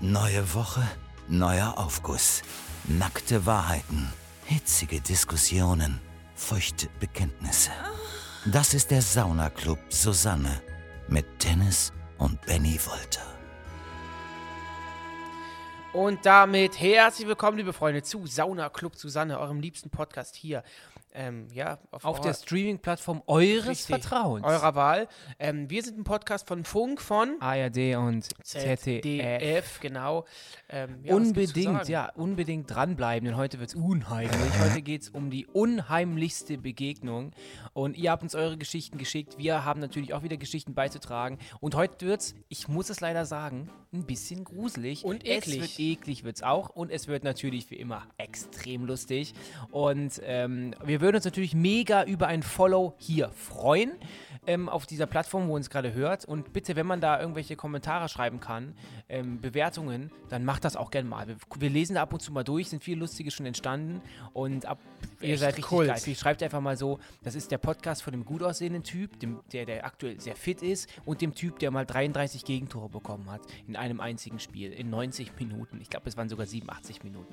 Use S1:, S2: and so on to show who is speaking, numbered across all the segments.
S1: Neue Woche, neuer Aufguss. Nackte Wahrheiten, hitzige Diskussionen, feuchte Bekenntnisse. Das ist der Saunaclub Susanne mit Dennis und Benny Wolter.
S2: Und damit herzlich willkommen, liebe Freunde, zu Sauna Club Susanne, eurem liebsten Podcast hier. Ähm, ja,
S3: Auf
S2: eurer-
S3: der Streaming-Plattform eures
S2: richtig,
S3: Vertrauens.
S2: Eurer Wahl. Ähm, wir sind ein Podcast von Funk, von
S3: ARD und ZDF.
S2: ZDF, genau. Ähm, ja, was gibt's zu
S3: unbedingt,
S2: sagen?
S3: ja, unbedingt dranbleiben, denn heute wird's unheimlich. Heute geht's um die unheimlichste Begegnung. Und ihr habt uns eure Geschichten geschickt. Wir haben natürlich auch wieder Geschichten beizutragen. Und heute wird's, ich muss es leider sagen, ein bisschen gruselig.
S2: Und eklig.
S3: Es wird eklig wird's auch. Und es wird natürlich wie immer extrem lustig. Und ähm, wir würden uns natürlich mega über ein Follow hier freuen. Ähm, auf dieser Plattform, wo ihr uns gerade hört. Und bitte, wenn man da irgendwelche Kommentare schreiben kann, ähm, Bewertungen, dann macht das auch gerne mal. Wir, wir lesen da ab und zu mal durch, sind viele lustige schon entstanden. Und ab, ihr
S2: Echt
S3: seid richtig
S2: Kult.
S3: geil. Ihr schreibt einfach mal so, das ist der Podcast von dem gut aussehenden Typ, dem, der, der aktuell sehr fit ist, und dem Typ, der mal 33 Gegentore bekommen hat in einem einzigen Spiel, in 90 Minuten. Ich glaube, es waren sogar 87 Minuten.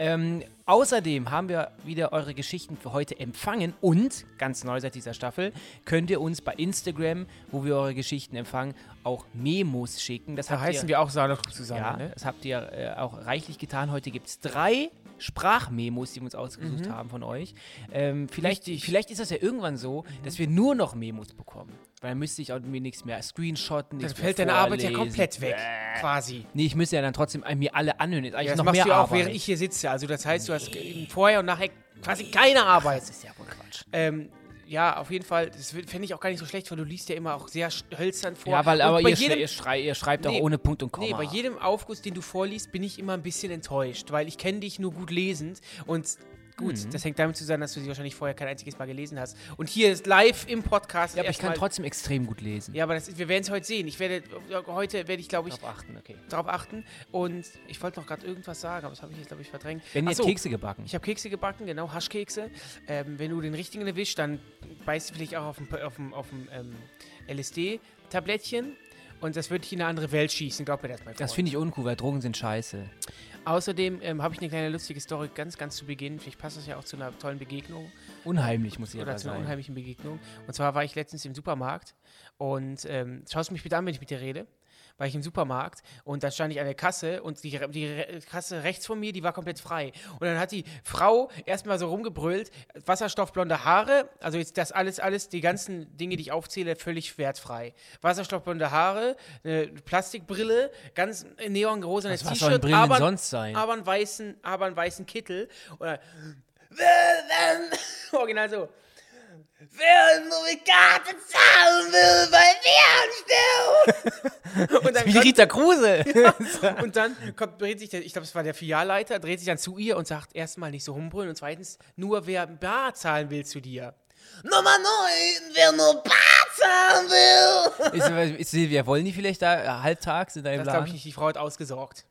S3: Ähm, außerdem haben wir wieder eure Geschichten für heute empfangen und, ganz neu seit dieser Staffel, könnt ihr uns bei Instagram, wo wir eure Geschichten empfangen, auch Memos schicken. Das
S2: Da
S3: habt ihr-
S2: heißen wir auch Sauna Club Susanne,
S3: ja,
S2: ne?
S3: das habt ihr äh, auch reichlich getan. Heute gibt es drei Sprachmemos, die wir uns
S2: Mhm.
S3: ausgesucht haben von euch. Ähm, vielleicht, vielleicht ist das ja irgendwann so,
S2: Mhm.
S3: dass wir nur noch Memos bekommen. Weil dann müsste ich auch mir nichts mehr screenshotten.
S2: Dann
S3: nichts mehr
S2: fällt deine Arbeit ja
S3: vorlesen.
S2: komplett weg, quasi.
S3: Nee, ich müsste ja dann trotzdem mir alle anhören. Ist eigentlich
S2: Ja, das
S3: noch
S2: machst
S3: mehr
S2: du ja auch,
S3: Arbeit.
S2: während ich hier sitze. Also das heißt, du hast eben vorher und nachher quasi keine Arbeit.
S3: das ist ja wohl Quatsch.
S2: Ähm, ja, auf jeden Fall. Das fände ich auch gar nicht so schlecht, weil du liest ja immer auch sehr sch- hölzern vor.
S3: Ja, weil
S2: Und
S3: aber
S2: bei
S3: ihr, schrei-
S2: jedem,
S3: ihr, schrei ihr schreibt
S2: Nee.
S3: auch ohne Punkt und Komma.
S2: Nee, bei jedem Aufguss, den du vorliest, bin ich immer ein bisschen enttäuscht, weil ich kenne dich nur gut lesend und gut,
S3: Mhm.
S2: das hängt damit zusammen, dass du sie wahrscheinlich vorher kein einziges Mal gelesen hast. Und hier ist live im Podcast.
S3: ja, aber ich kann
S2: erstmal-
S3: trotzdem extrem gut lesen.
S2: Ja, aber das, ist- wir werden es heute sehen. Ich werde heute werde ich glaube ich
S3: Darauf achten, okay.
S2: darauf achten und ich wollte noch gerade irgendwas sagen, aber das habe ich jetzt glaube ich verdrängt.
S3: Wenn
S2: Ach
S3: ihr
S2: so,
S3: Kekse gebacken.
S2: ich habe Kekse gebacken, genau, Haschkekse. Ähm, wenn du den richtigen erwischt, dann beißt du vielleicht auch auf dem, auf dem, auf dem ähm, LSD-Tablettchen und das würde dich in eine andere Welt schießen. Glaub mir das mal.
S3: das finde ich uncool, weil Drogen sind scheiße.
S2: Außerdem ähm, habe ich eine kleine lustige Story ganz, ganz zu Beginn. Vielleicht passt das ja auch zu einer tollen Begegnung
S3: Unheimlich muss ich
S2: oder
S3: aber
S2: zu einer
S3: sein.
S2: unheimlichen Begegnung. Und zwar war ich letztens im Supermarkt und ähm, schaust mich bitte an, wenn ich mit dir rede. War ich im Supermarkt und da stand ich an der Kasse und die, Re- die Re- Kasse rechts von mir, die war komplett frei. Und dann hat die Frau erstmal so rumgebrüllt, wasserstoffblonde Haare, also jetzt das alles, alles, die ganzen Dinge, die ich aufzähle, völlig wertfrei. Wasserstoffblonde Haare, eine Plastikbrille, ganz neonrosa
S3: Was sollen
S2: T-Shirt,
S3: Brillen
S2: aber
S3: sonst sein?
S2: aber einen weißen, aber einen weißen Kittel. Oder original so. Wer nur Karte zahlen will, bei mir und, dann
S3: Wie Rita Kruse.
S2: kommt, und dann kommt, dreht sich der, ich glaube, es war der Filialleiter, dreht sich dann zu ihr und sagt erstmal nicht so rumbrüllen und zweitens, nur wer bar zahlen will zu dir. Nummer 9, wer nur bar zahlen will.
S3: ist, ist Silvia Wollny vielleicht da äh, halbtags in deinem
S2: Das glaube
S3: Laden?
S2: ich nicht, die Frau hat ausgesorgt.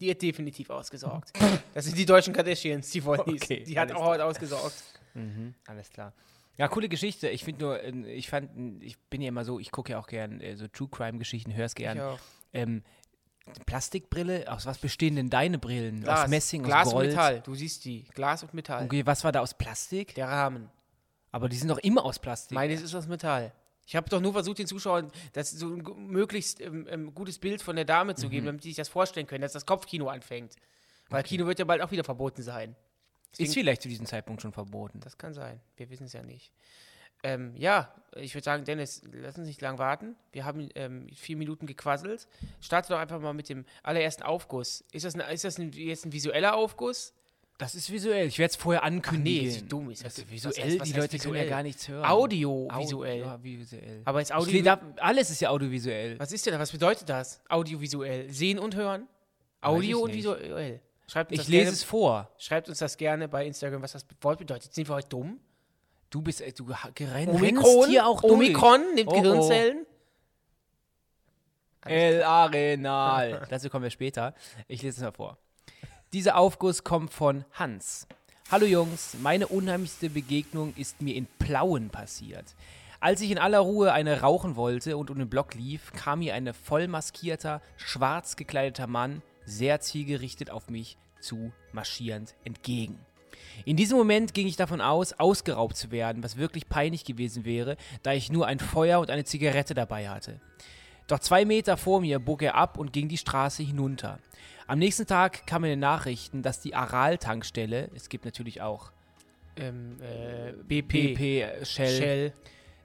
S2: Die hat definitiv ausgesorgt. Das sind die deutschen Kardashians, die wollen
S3: Okay,
S2: Die hat
S3: alles
S2: auch heute ausgesorgt.
S3: Alles klar. Ja, coole Geschichte. Ich finde nur, äh, ich fand, ich bin ja immer so, ich gucke ja auch gern äh, so True Crime Geschichten, hör's gern.
S2: auch.
S3: Ähm, Plastikbrille, aus was bestehen denn deine Brillen?
S2: Glas.
S3: Aus Messing,
S2: Glas
S3: aus
S2: und
S3: Gold.
S2: Metall. Du siehst die. Glas und Metall.
S3: Okay, was war da aus Plastik?
S2: Der Rahmen.
S3: Aber die sind doch immer aus Plastik.
S2: Meines ist aus Metall. Ich habe doch nur versucht, den Zuschauern das so ein gu- möglichst ähm, ähm, gutes Bild von der Dame zu
S3: Mhm.
S2: geben, damit die sich das vorstellen können, dass das Kopfkino anfängt. Weil Kino wird ja bald auch wieder verboten sein.
S3: ist vielleicht zu diesem Zeitpunkt schon verboten.
S2: Das kann sein. Wir wissen es ja nicht. Ähm, ja, ich würde sagen, Dennis, lass uns nicht lang warten. Wir haben ähm, vier Minuten gequasselt. Starte doch einfach mal mit dem allerersten Aufguss. Ist das, ein, ist das ein, jetzt ein visueller Aufguss?
S3: Das ist visuell. Ich werde es vorher ankündigen.
S2: wie dumm ist das?
S3: das?
S2: Was
S3: Visuell,
S2: heißt- was
S3: die
S2: heißt
S3: Leute können
S2: visuell?
S3: ja gar nichts hören.
S2: Audiovisuell.
S3: Ja, visuell.
S2: Aber ist
S3: Audio
S2: Audio.
S3: alles ist ja audiovisuell.
S2: Was ist denn, was bedeutet das? Audiovisuell. Sehen und hören? Audio
S3: ich
S2: und
S3: nicht.
S2: visuell. Schreibt uns,
S3: Ich
S2: das
S3: lese
S2: gerne,
S3: es vor.
S2: schreibt uns das gerne bei Instagram, was das Wort bedeutet. Sind wir heute dumm?
S3: Du bist, äh, du ha- renn- rennst
S2: Omikron,
S3: hier auch durch.
S2: Omikron nimmt
S3: Oh, oh.
S2: Gehirnzellen.
S3: L-Arenal. Dazu kommen wir später. Ich lese es mal vor. Dieser Aufguss kommt von Hans. Hallo Jungs, meine unheimlichste Begegnung ist mir in Plauen passiert. Als ich in aller Ruhe eine rauchen wollte und um den Block lief, kam mir ein voll maskierter, schwarz gekleideter Mann sehr zielgerichtet auf mich zu marschierend entgegen. In diesem Moment ging ich davon aus, ausgeraubt zu werden, was wirklich peinlich gewesen wäre, da ich nur ein Feuer und eine Zigarette dabei hatte. Doch zwei Meter vor mir bog er ab und ging die Straße hinunter. Am nächsten Tag kamen in den Nachrichten, dass die Aral-Tankstelle, es gibt natürlich auch
S2: Ähm, äh, BP,
S3: BP, Shell,
S2: Shell.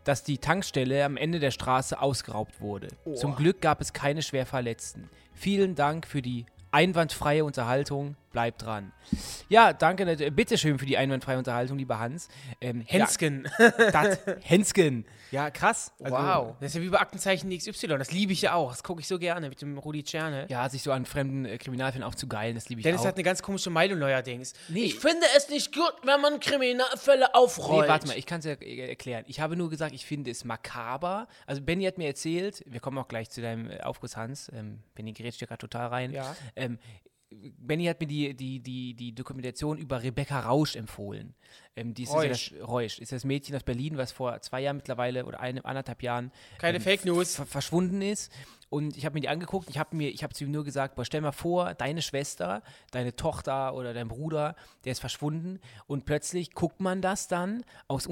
S3: dass die Tankstelle am Ende der Straße ausgeraubt wurde.
S2: Oh.
S3: Zum Glück gab es keine Schwerverletzten. Vielen Dank für die einwandfreie Unterhaltung. Bleibt dran. Ja, danke. nat- äh, Bitteschön für die einwandfreie Unterhaltung, lieber Hans. Ähm,
S2: Hensken.
S3: Ja, dat, Hensken. Ja, krass. Also,
S2: wow. Das ist ja wie bei Aktenzeichen XY. Das liebe ich ja auch. Das gucke ich so gerne mit dem Rudi Czerne.
S3: Ja, sich so an fremden äh, Kriminalfällen aufzugeilen, das liebe ich
S2: Dennis
S3: auch.
S2: hat eine ganz komische Meinung neuerdings.
S3: Nee.
S2: Ich finde es nicht gut, wenn man Kriminalfälle aufrollt.
S3: Nee, warte mal, ich kann es ja äh, erklären. Ich habe nur gesagt, ich finde es makaber. Also Benny hat mir erzählt, wir kommen auch gleich zu deinem äh, Aufguss Hans, ähm, Benny gerät ja gerade total rein.
S2: Ja.
S3: Ähm, Benny hat mir die, die, die, die Dokumentation über Rebecca Rausch empfohlen. Ähm, die ist
S2: Reusch.
S3: Ist ja das, Reusch ist das Mädchen aus Berlin, was vor zwei Jahren mittlerweile oder einem, anderthalb Jahren
S2: Keine Fake News.
S3: ver verschwunden ist. Und ich habe mir die angeguckt. Ich habe mir, ich habe zu ihm nur gesagt, boah, stell mal vor, deine Schwester, deine Tochter oder dein Bruder, der ist verschwunden. Und plötzlich guckt man das dann aus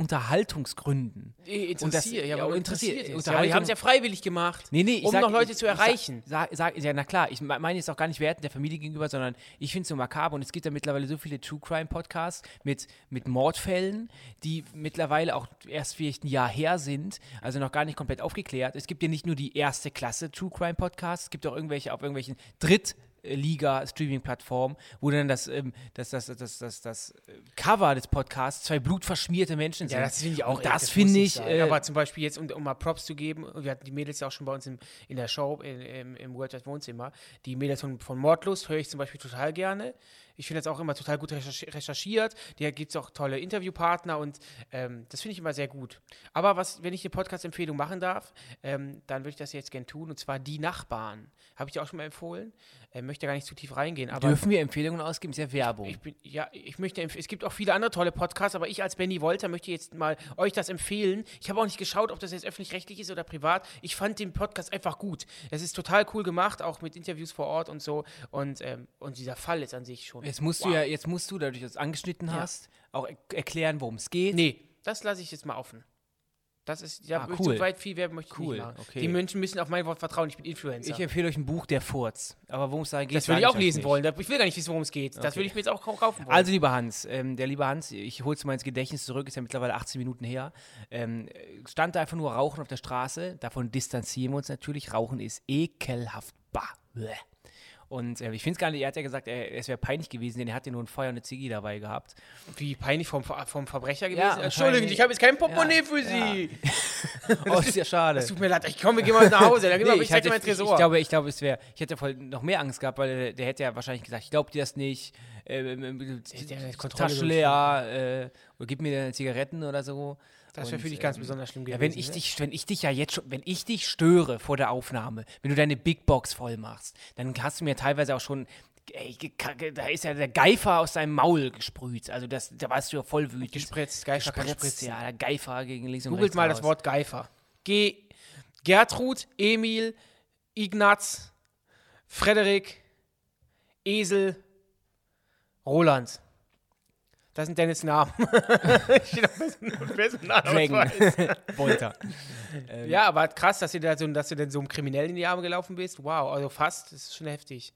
S3: Unterhaltungsgründen.
S2: Eh,
S3: Und das-
S2: Interessiert. Ja,
S3: ja,
S2: aber
S3: interessiert
S2: interessiert. ist.
S3: ist.
S2: Ja, aber die
S3: Unterhaltung-
S2: haben es ja freiwillig gemacht.
S3: Nee, nee, ich
S2: um
S3: sag,
S2: noch Leute
S3: ich,
S2: zu erreichen.
S3: Ich sag, sag, ja, na klar, ich me- meine jetzt auch gar nicht wertend der Familie gegenüber, sondern ich finde es so makaber und es gibt ja mittlerweile so viele True Crime Podcasts mit, mit Mordfällen, die mittlerweile auch erst vielleicht ein Jahr her sind, also noch gar nicht komplett aufgeklärt. Es gibt ja nicht nur die erste Klasse True Crime Podcasts, es gibt auch irgendwelche auf irgendwelchen Drittliga-Streaming-Plattformen, wo dann das, ähm, das, das, das, das, das, das äh, Cover des Podcasts zwei blutverschmierte Menschen sind.
S2: Ja, das finde ich
S3: Und
S2: auch.
S3: Das,
S2: muss
S3: finde
S2: nicht
S3: ich.
S2: sein.
S3: Äh,
S2: aber zum Beispiel jetzt, um, um mal Props zu geben, wir hatten die Mädels ja auch schon bei uns im, in der Show, in, im, im World Wide Wohnzimmer. Die Mädels von, von Mordlust höre ich zum Beispiel total gerne. Ich finde das auch immer total gut recherchi- recherchiert. Da gibt es auch tolle Interviewpartner und ähm, das finde ich immer sehr gut. Aber was, wenn ich eine Podcast-Empfehlung machen darf, ähm, dann würde ich das jetzt gerne tun und zwar Die Nachbarn. Habe ich dir auch schon mal empfohlen. Äh, möchte gar nicht zu tief reingehen, aber.
S3: dürfen wir Empfehlungen ausgeben? Ist ja Werbung.
S2: Ich bin, ja, ich möchte, empf- es gibt auch viele andere tolle Podcasts, aber ich als Benny Wolter möchte jetzt mal euch das empfehlen. Ich habe auch nicht geschaut, ob das jetzt öffentlich-rechtlich ist oder privat. Ich fand den Podcast einfach gut. Es ist total cool gemacht, auch mit Interviews vor Ort und so. Und, ähm, und dieser Fall ist an sich schon.
S3: Jetzt musst du ja, jetzt musst du, dadurch, dass du es angeschnitten hast, auch er erklären, worum es geht.
S2: Nee, das lasse ich jetzt mal offen. Das ist, ja,
S3: Ah,
S2: cool.
S3: cool.
S2: zu weit viel Werbung möchte ich
S3: Cool,
S2: nicht machen.
S3: okay.
S2: Die Menschen müssen auf mein Wort vertrauen, ich bin Influencer.
S3: Ich empfehle euch ein Buch, der Furz. Aber worum es da geht,
S2: das würde ich
S3: sage
S2: auch
S3: euch
S2: lesen
S3: nicht.
S2: wollen. Ich will gar nicht wissen, worum es geht. Das würde ich mir jetzt auch kau- kaufen wollen.
S3: Also, lieber Hans, ähm, der liebe Hans, ich hol's mal ins Gedächtnis zurück, ist ja mittlerweile 18 Minuten her. Ähm, stand da einfach nur Rauchen auf der Straße, davon distanzieren wir uns natürlich. Rauchen ist ekelhaft. Bah. Bleh. Und äh, ich finde es gar nicht, er hat ja gesagt, er, es wäre peinlich gewesen, denn er hat ja nur ein Feuer und eine Ziggy dabei gehabt.
S2: Wie peinlich vom, vom Verbrecher gewesen.
S3: wahrscheinlich.
S2: Entschuldigen, ich habe jetzt kein Portemonnaie
S3: Ja,
S2: für Sie.
S3: Oh, ist ja schade.
S2: Es tut mir leid, ich komme, wir gehen mal nach Hause, dann gehen wir
S3: Nee,
S2: ich zeig dir meinen
S3: ich,
S2: Tresor.
S3: ich glaube, ich glaube, es wäre, ich hätte voll noch mehr Angst gehabt, weil äh, der, der hätte ja wahrscheinlich gesagt, ich glaub dir das nicht, ähm, ähm,
S2: der hat Kontrolle
S3: Tasche leer, äh, oder gib mir deine Zigaretten oder so.
S2: das wäre
S3: Und,
S2: für dich ganz
S3: ähm,
S2: besonders schlimm
S3: ja,
S2: gewesen.
S3: wenn ich
S2: ne?
S3: dich, wenn ich dich ja jetzt schon, wenn ich dich störe vor der Aufnahme, wenn du deine Big Box voll machst, dann hast du mir teilweise auch schon, ey, ge- kacke, da ist ja der Geifer aus deinem Maul gesprüht, also das, da warst du ja voll wütend.
S2: Gespritzt, Geifer kann
S3: Gespritzt,
S2: spritzen.
S3: ja, der Geifer gegen links und
S2: Googelt
S3: rechts
S2: mal das
S3: raus.
S2: Wort Geifer. G Gertrud, Emil, Ignaz, Frederik, Esel, Roland. Das sind Dennis Namen. Steht auf dessen- dessen Namen.
S3: Dragon. Volta.
S2: Ja, aber krass, dass du, da so, dass du denn so einem Kriminellen in die Arme gelaufen bist. Wow, also fast. Das ist schon heftig.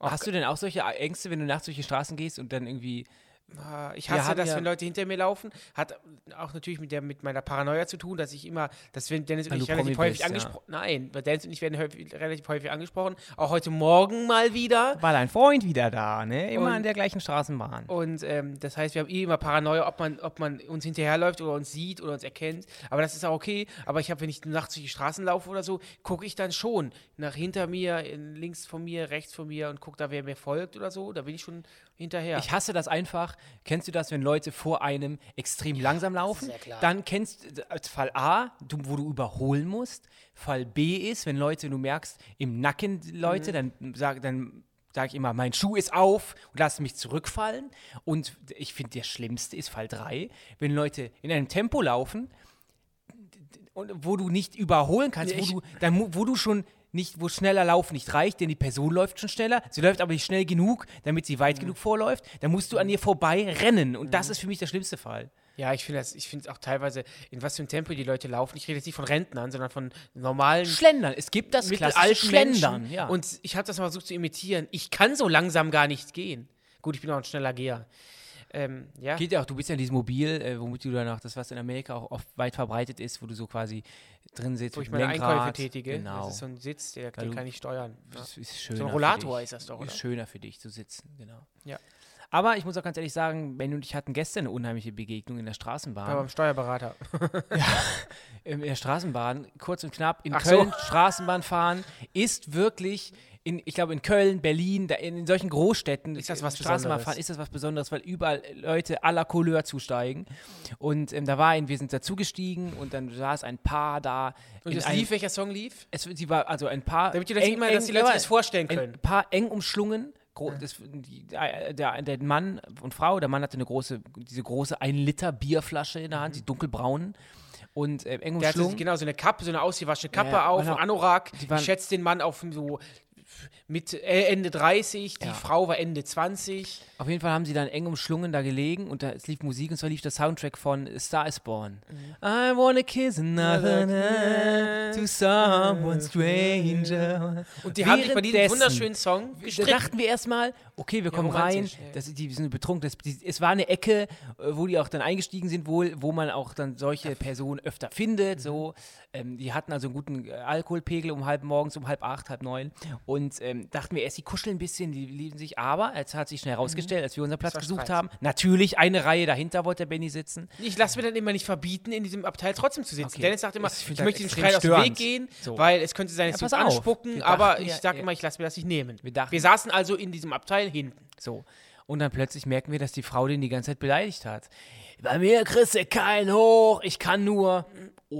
S3: Hast du denn auch solche Ängste, wenn du nachts durch die Straßen gehst und dann irgendwie.
S2: Ah, Ich
S3: Wir
S2: hasse
S3: haben
S2: das,
S3: ja-
S2: wenn Leute hinter mir laufen. Hat auch natürlich mit, der, mit meiner Paranoia zu tun, dass ich immer, dass wenn Dennis und
S3: Weil
S2: ich
S3: du
S2: relativ
S3: Promi
S2: häufig
S3: bist, ja.
S2: angesprochen Nein, weil Dennis und ich werden häufig, relativ häufig angesprochen. Auch heute Morgen mal wieder.
S3: War dein Freund wieder da, ne? Immer
S2: Und-
S3: an der gleichen Straßenbahn.
S2: Und ähm, das heißt, wir haben eh immer Paranoia, ob man, ob man uns hinterherläuft oder uns sieht oder uns erkennt. Aber das ist auch okay. Aber ich habe, wenn ich nachts durch die Straßen laufe oder so, gucke ich dann schon nach hinter mir, in, links von mir, rechts von mir und gucke da, wer mir folgt oder so. Da bin ich schon hinterher.
S3: Ich hasse das einfach. Kennst du das, wenn Leute vor einem extrem langsam laufen?
S2: ja klar.
S3: Dann kennst du Fall A, du, wo du überholen musst. Fall B ist, wenn Leute, du merkst, im Nacken Leute, dann sag, dann sag ich immer, mein Schuh ist auf und lass mich zurückfallen. Und ich finde, der schlimmste ist Fall 3, wenn Leute in einem Tempo laufen und wo du nicht überholen kannst,
S2: Nee,
S3: wo
S2: ich-
S3: du, dann, mu- wo du schon nicht, wo schneller Lauf nicht reicht, denn die Person läuft schon schneller. Sie läuft aber nicht schnell genug, damit sie
S2: Mhm.
S3: weit genug vorläuft. Dann musst du an ihr vorbei rennen. Und das ist für mich der schlimmste Fall.
S2: Ja, ich finde das, ich finde auch teilweise, in was für einem Tempo die Leute laufen. Ich rede jetzt nicht von Rentnern, sondern von normalen
S3: Schlendern. Es gibt das klassische
S2: mittelalten
S3: Schlendern.
S2: Menschen.
S3: Ja. Und
S2: Und ich habe das mal versucht zu imitieren. Ich kann so langsam gar nicht gehen. Gut, ich bin auch ein schneller Geher. Ähm, ja.
S3: geht ja auch, du bist ja in diesem Mobil, äh, womit du danach, das was in Amerika auch oft weit verbreitet ist, wo du so quasi drin sitzt.
S2: wo ich
S3: mit
S2: meine
S3: dem
S2: Einkäufe
S3: Lenkrad.
S2: tätige.
S3: Genau.
S2: Das ist so ein Sitz, der,
S3: Weil
S2: den
S3: du-
S2: kann ich steuern. Ja.
S3: Das ist schöner.
S2: Rollator
S3: für dich.
S2: ist das doch, oder?
S3: Ist schöner für dich zu sitzen, genau.
S2: Ja.
S3: Aber ich muss auch ganz ehrlich sagen, Ben und ich hatten gestern eine unheimliche Begegnung in der Straßenbahn.
S2: Aber beim Steuerberater.
S3: Ähm, in der Straßenbahn, kurz und knapp, in
S2: Ach so.
S3: Köln Straßenbahn fahren, ist wirklich, in, ich glaube in Köln, Berlin, da, in solchen Großstädten, äh,
S2: Ist das was
S3: Straßenbahn
S2: Besonderes?
S3: fahren, ist das was Besonderes, weil überall äh, Leute à la Couleur zusteigen. Und ähm, da war ein, wir sind dazugestiegen und dann saß ein Paar da.
S2: Und
S3: in
S2: das
S3: einem-
S2: lief, welcher Song lief?
S3: Es, sie war also ein Paar.
S2: Damit ihr das immer, dass die Leute
S3: ja,
S2: sich das vorstellen
S3: ein
S2: können.
S3: paar eng umschlungen. Gro das, die, äh, der, der Mann und Frau, der Mann hatte eine große, diese große 1 Liter Bierflasche in der Hand, die dunkelbraun und äh, eng
S2: Mhm. Der hatte
S3: umschlungen.
S2: genau so eine Kappe, so eine ausgewaschene Kappe
S3: Ja,
S2: auf,
S3: genau.
S2: ein Anorak.
S3: Die waren-
S2: ich schätze den Mann auf so mit äh, Ende 30, die
S3: Ja.
S2: Frau war Ende 20.
S3: Auf jeden Fall haben sie dann eng umschlungen da gelegen und da, es lief Musik und zwar lief der Soundtrack von A Star is Born.
S2: Mhm.
S3: I wanna kiss another night to someone stranger.
S2: Und die haben sich bei diesem
S3: Währenddessen-
S2: wunderschönen Song
S3: Da
S2: gestritten.
S3: dachten wir erstmal, okay, wir kommen rein,
S2: romantisch, ja.
S3: das, die sind betrunken. Das, die, es war eine Ecke, äh, wo die auch dann eingestiegen sind, wohl, wo man auch dann solche Personen öfter
S2: Mhm.
S3: findet. So. Ähm, die hatten also einen guten äh, Alkoholpegel um halb morgens, um halb acht, halb neun. Und ähm, dachten wir erst, die kuscheln ein bisschen, die lieben sich. Aber es hat sich schnell herausgestellt, als wir unseren Platz
S2: Mhm. war
S3: gesucht
S2: Streit.
S3: haben, natürlich eine Reihe dahinter wollte der Benny sitzen.
S2: Ich lasse mir dann immer nicht verbieten, in diesem Abteil trotzdem zu sitzen.
S3: Okay.
S2: Dennis sagt immer,
S3: Ich
S2: ich,
S3: find das
S2: möchte den
S3: extrem
S2: Streit aus dem
S3: störend.
S2: Weg gehen,
S3: So.
S2: weil es könnte sein, dass
S3: Ja,
S2: sie
S3: pass
S2: uns
S3: auf.
S2: anspucken,
S3: Wir
S2: aber
S3: dachten
S2: ich
S3: ja,
S2: sage
S3: ja.
S2: immer, ich lasse mir das nicht nehmen.
S3: Wir dachten-
S2: saßen also in diesem Abteil hinten.
S3: So. Und dann plötzlich merken wir, dass die Frau den die ganze Zeit beleidigt hat. Bei mir kriegst du keinen hoch, ich kann nur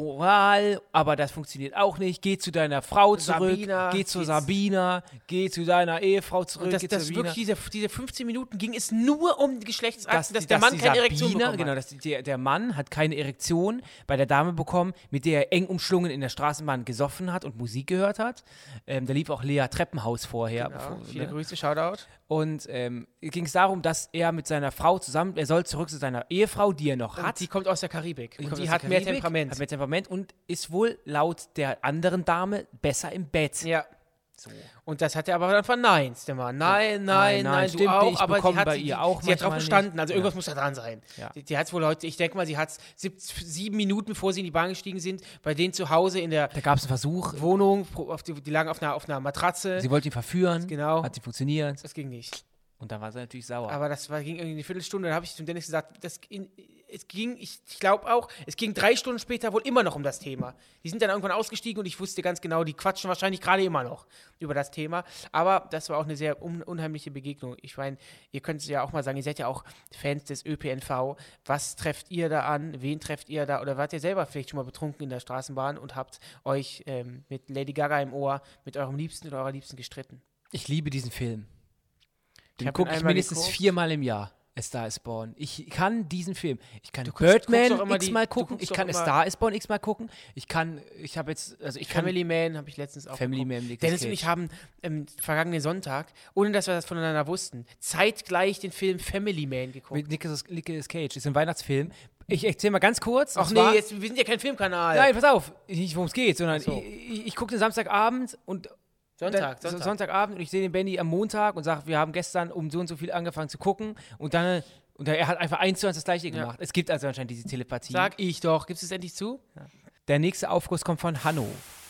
S3: oral, aber das funktioniert auch nicht. Geh zu deiner Frau zurück,
S2: Sabina,
S3: geh zu
S2: geht's-
S3: Sabina, geh zu deiner Ehefrau zurück,
S2: Und dass
S3: geh
S2: das
S3: zu Sabina.
S2: wirklich diese, diese 15 Minuten ging es nur um Geschlechtsakten, dass,
S3: die-
S2: der Mann
S3: die
S2: keine Erektion
S3: Sabina-
S2: bekommen hat.
S3: Genau, dass die, der, der Mann hat keine Erektion bei der Dame bekommen, mit der er eng umschlungen in der Straßenbahn gesoffen hat und Musik gehört hat. Ähm, da lief auch Lea Treppenhaus vorher.
S2: Ja,
S3: bevor-
S2: Genau, viele
S3: ne?
S2: Grüße, Shoutout.
S3: Und ähm, ging es darum, dass er mit seiner Frau zusammen, er soll zurück zu seiner Ehefrau, die er noch hat.
S2: Die kommt aus der Karibik.
S3: Die
S2: und
S3: kommt
S2: die
S3: aus
S2: hat
S3: der
S2: mehr
S3: Karibik,
S2: Temperament.
S3: Hat mehr Temperament und ist wohl laut der anderen Dame besser im Bett.
S2: ja. Und das hat er aber dann verneint, der Mann. Nein, nein, nein,
S3: Nein, nein,
S2: du
S3: stimmt
S2: auch.
S3: nicht,
S2: aber sie
S3: bekommen
S2: hat,
S3: bei
S2: sie,
S3: ihr auch
S2: sie hat drauf
S3: manchmal
S2: bestanden.
S3: nicht.
S2: Also irgendwas muss da dran sein.
S3: Ja.
S2: Die, die hat wohl heute, ich denke mal, sie hat sieben Minuten, bevor sie in die Bahn gestiegen sind, bei denen zu Hause in der
S3: Da gab es einen Versuch,
S2: Wohnung, pro- auf die, die lagen auf einer, auf einer Matratze.
S3: sie wollte ihn verführen,
S2: Genau.
S3: hat sie funktioniert
S2: das ging nicht.
S3: und dann war sie natürlich sauer.
S2: Aber das war, ging irgendwie eine Viertelstunde. Dann habe ich zum Dennis gesagt, das, in, es ging, ich, ich glaube auch, es ging drei Stunden später wohl immer noch um das Thema. Die sind dann irgendwann ausgestiegen und ich wusste ganz genau, die quatschen wahrscheinlich gerade immer noch über das Thema. Aber das war auch eine sehr un, unheimliche Begegnung. Ich meine, ihr könnt es ja auch mal sagen, ihr seid ja auch Fans des ÖPNV. Was trefft ihr da an? Wen trefft ihr da? Oder wart ihr selber vielleicht schon mal betrunken in der Straßenbahn und habt euch ähm, mit Lady Gaga im Ohr mit eurem Liebsten oder eurer Liebsten gestritten?
S3: ich liebe diesen Film. Den
S2: hab ihn
S3: gucke ich
S2: einmal
S3: mindestens
S2: geguckt.
S3: viermal im Jahr. A Star is Born. Ich kann diesen Film. Ich kann
S2: guckst- guckst doch
S3: Birdman
S2: immer die-
S3: x-mal
S2: du
S3: gucken.
S2: guckst
S3: Ich
S2: doch
S3: kann A
S2: immer-
S3: Star is Born x-mal gucken. Ich kann, ich habe jetzt, also ich kann
S2: Family Man habe ich letztens auch
S3: Family
S2: geguckt.
S3: Man,
S2: Dennis
S3: Nicolas
S2: und
S3: Cage.
S2: ich haben ähm, vergangenen Sonntag, ohne dass wir das voneinander wussten, zeitgleich den Film Family Man geguckt.
S3: Mit Nicolas, Nicolas Cage. Ist ein Weihnachtsfilm. Ich erzähle mal ganz kurz. und
S2: Ach nee,
S3: zwar-
S2: jetzt, wir sind ja kein Filmkanal.
S3: Nein, pass auf. Nicht, worum es geht, sondern
S2: Ach so.
S3: ich, ich, ich gucke den Samstagabend und
S2: Sonntag,
S3: dann,
S2: Sonntag.
S3: Sonntagabend und ich sehe den Benny am Montag und sage, wir haben gestern um so und so viel angefangen zu gucken und dann und er hat einfach eins zu eins das gleiche gemacht. Es gibt also anscheinend diese Telepathie.
S2: Sag ich doch. Gibst du es endlich zu?
S3: Der nächste Aufguss kommt von Hanno.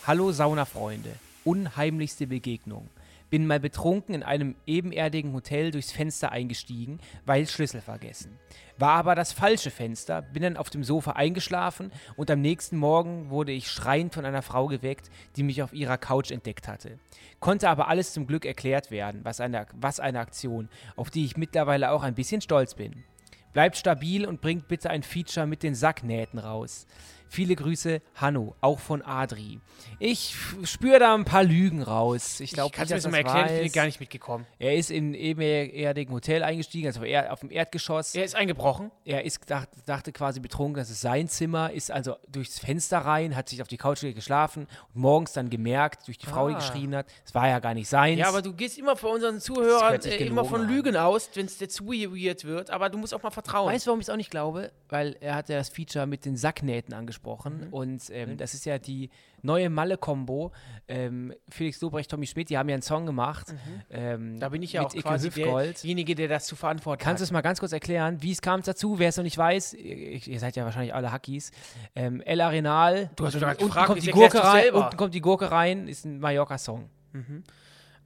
S3: Hallo Saunafreunde. Unheimlichste Begegnung. Bin mal betrunken in einem ebenerdigen Hotel durchs Fenster eingestiegen, weil Schlüssel vergessen. War aber das falsche Fenster, bin dann auf dem Sofa eingeschlafen und am nächsten Morgen wurde ich schreiend von einer Frau geweckt, die mich auf ihrer Couch entdeckt hatte. Konnte aber alles zum Glück erklärt werden, was eine, was eine Aktion, auf die ich mittlerweile auch ein bisschen stolz bin. Bleibt stabil und bringt bitte ein Feature mit den Sacknähten raus. Viele Grüße, Hanno, auch von Adri. Ich spüre da ein paar Lügen raus. Ich glaube,
S2: ich kann es mir mal erklären, ich bin gar nicht mitgekommen.
S3: Er ist in ebenerdigen Hotel eingestiegen, also er auf dem Erdgeschoss.
S2: Er ist eingebrochen.
S3: Er ist dacht, dachte quasi betrunken, das ist sein Zimmer, ist also durchs Fenster rein, hat sich auf die Couch geschlafen und morgens dann gemerkt, durch die Frau, die
S2: Ah.
S3: geschrien hat, es war ja gar nicht seins.
S2: Ja, aber du gehst immer von unseren
S3: Das
S2: Zuhörern
S3: hört sich
S2: äh, immer
S3: gelogen
S2: von
S3: an.
S2: Lügen aus, wenn es jetzt weird wird, aber du musst auch mal vertrauen.
S3: Weißt du, warum ich es auch nicht glaube? Weil er hat ja das Feature mit den Sacknähten angesprochen.
S2: Mhm.
S3: Und ähm, das ist ja die neue Malle-Kombo. Ähm, Felix Lobrecht, Tommy Schmidt, die haben ja einen Song gemacht. Ähm,
S2: Mhm. da bin ich ja
S3: mit
S2: auch
S3: Icke
S2: quasi
S3: Hüftgold.
S2: derjenige, der das zu verantworten
S3: Kannst du
S2: hat.
S3: es mal ganz kurz erklären, wie es kam dazu? Wer es noch nicht weiß, ihr ihr seid ja wahrscheinlich alle Hackies. Ähm, El Arenal,
S2: Du hast mich
S3: unten,
S2: gerade gefragt,
S3: kommt
S2: jetzt
S3: die
S2: erklärst
S3: Gurke
S2: du's
S3: rein,
S2: selber. Mhm.
S3: unten kommt die Gurke rein, ist ein Mallorca-Song.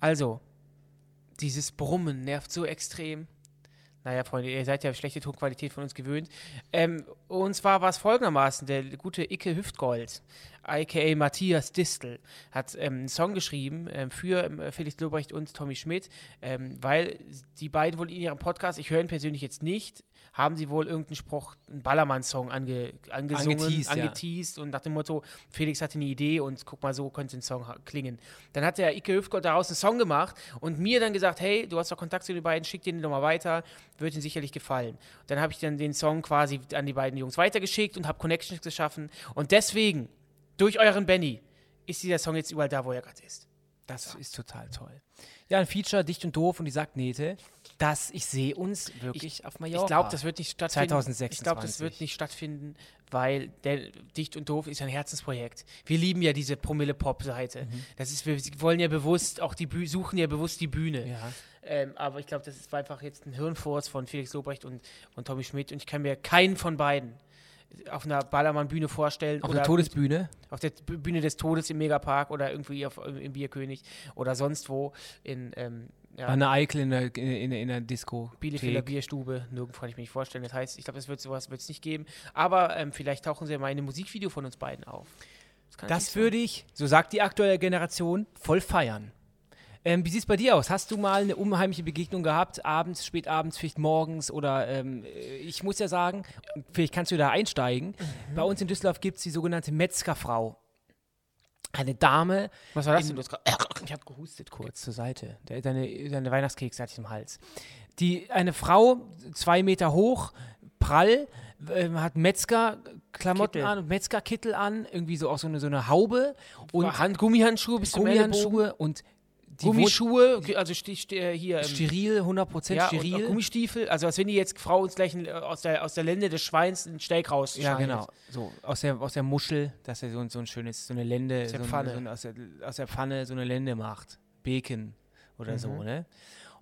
S2: Also, dieses Brummen nervt so extrem. Naja, Freunde, ihr seid ja schlechte Tonqualität von uns gewöhnt. Ähm, und zwar war es folgendermaßen: der gute Icke Hüftgold, aka Matthias Distel, hat ähm, einen Song geschrieben ähm, für ähm, Felix Lobrecht und Tommy Schmidt, ähm, weil die beiden wohl in ihrem Podcast, ich höre ihn persönlich jetzt nicht, haben sie wohl irgendeinen Spruch, einen Ballermann-Song ange, angesungen,
S3: Angeteased,
S2: angeteased,
S3: ja.
S2: und nach dem Motto: Felix hatte eine Idee und guck mal, so könnte ein Song ha- klingen. Dann hat der Icke Hüftgold daraus einen Song gemacht und mir dann gesagt, hey, du hast doch Kontakt zu den beiden, schick den doch mal weiter, wird ihnen sicherlich gefallen. Dann habe ich dann den Song quasi an die beiden Jungs weitergeschickt und habe Connections geschaffen. Und deswegen, durch euren Benny, ist dieser Song jetzt überall da, wo er gerade ist.
S3: Das ist total toll. Ja, ein Feature, dicht und doof und die Sacknähte. Das, ich sehe uns wirklich auf Mallorca.
S2: Ich glaube, das wird nicht stattfinden.
S3: 2026.
S2: Ich glaube, das wird nicht stattfinden, weil der Dicht und Doof ist ein Herzensprojekt. Wir lieben ja diese Promille-Pop-Seite.
S3: Mhm.
S2: Das ist, wir wollen ja bewusst auch die Bühne, suchen ja bewusst die Bühne.
S3: Ja.
S2: Ähm, aber ich glaube, das ist einfach jetzt ein Hirnfurz von Felix Lobrecht und, und Tommy Schmidt. Und ich kann mir keinen von beiden auf einer Ballermann-Bühne vorstellen.
S3: Auf
S2: oder
S3: der Todesbühne.
S2: auf der B- Bühne des Todes im Megapark oder irgendwie auf, im Bierkönig oder sonst wo in ähm, ja,
S3: Bei einer Eikel in der, in, in, in der Disco.
S2: Bielefelder Bierstube, nirgendwo kann ich mir nicht vorstellen. Das heißt, ich glaube, das wird sowas wird's nicht geben. Aber ähm, vielleicht tauchen sie ja mal in einem Musikvideo von uns beiden auf. kann
S3: Das
S2: natürlich
S3: würde ich, so sagt die aktuelle Generation, voll feiern. Ähm, wie sieht es bei dir aus? Hast du mal eine unheimliche Begegnung gehabt? Abends, spätabends, vielleicht morgens oder ähm, ich muss ja sagen, vielleicht kannst du da einsteigen.
S2: Mhm.
S3: Bei uns in Düsseldorf gibt es die sogenannte Metzgerfrau. Eine Dame,
S2: sein. Was war das
S3: in-
S2: denn? Du hast grad- ich habe gehustet kurz.
S3: kurz zur Seite. De- Deine, deine Weihnachtskekse hatte ich im Hals. Die, eine Frau, zwei Meter hoch, prall, ähm, hat Metzgerklamotten
S2: Kittel.
S3: an und Metzgerkittel an, irgendwie so auch so eine, so eine Haube und
S2: Und Hand, Gummihandschuhe bis zum Ellenbogen.
S3: Gummihandschuhe und die Gummischuhe.
S2: Gummischuhe, ge- also sti- sti- äh, hier. ähm,
S3: Steril, 100%
S2: ja,
S3: steril.
S2: Und, und Gummistiefel, also als wenn die jetzt Frau uns gleich ein, äh, aus, der, aus der Lende des Schweins einen Steak raus.
S3: Ja, genau. So, aus der, aus der Muschel, dass er so, ein- so ein schönes, so eine Lende,
S2: der
S3: so ein-
S2: Pfanne.
S3: So ein, aus, der, aus der Pfanne so eine Lende macht. Bacon oder so, ne?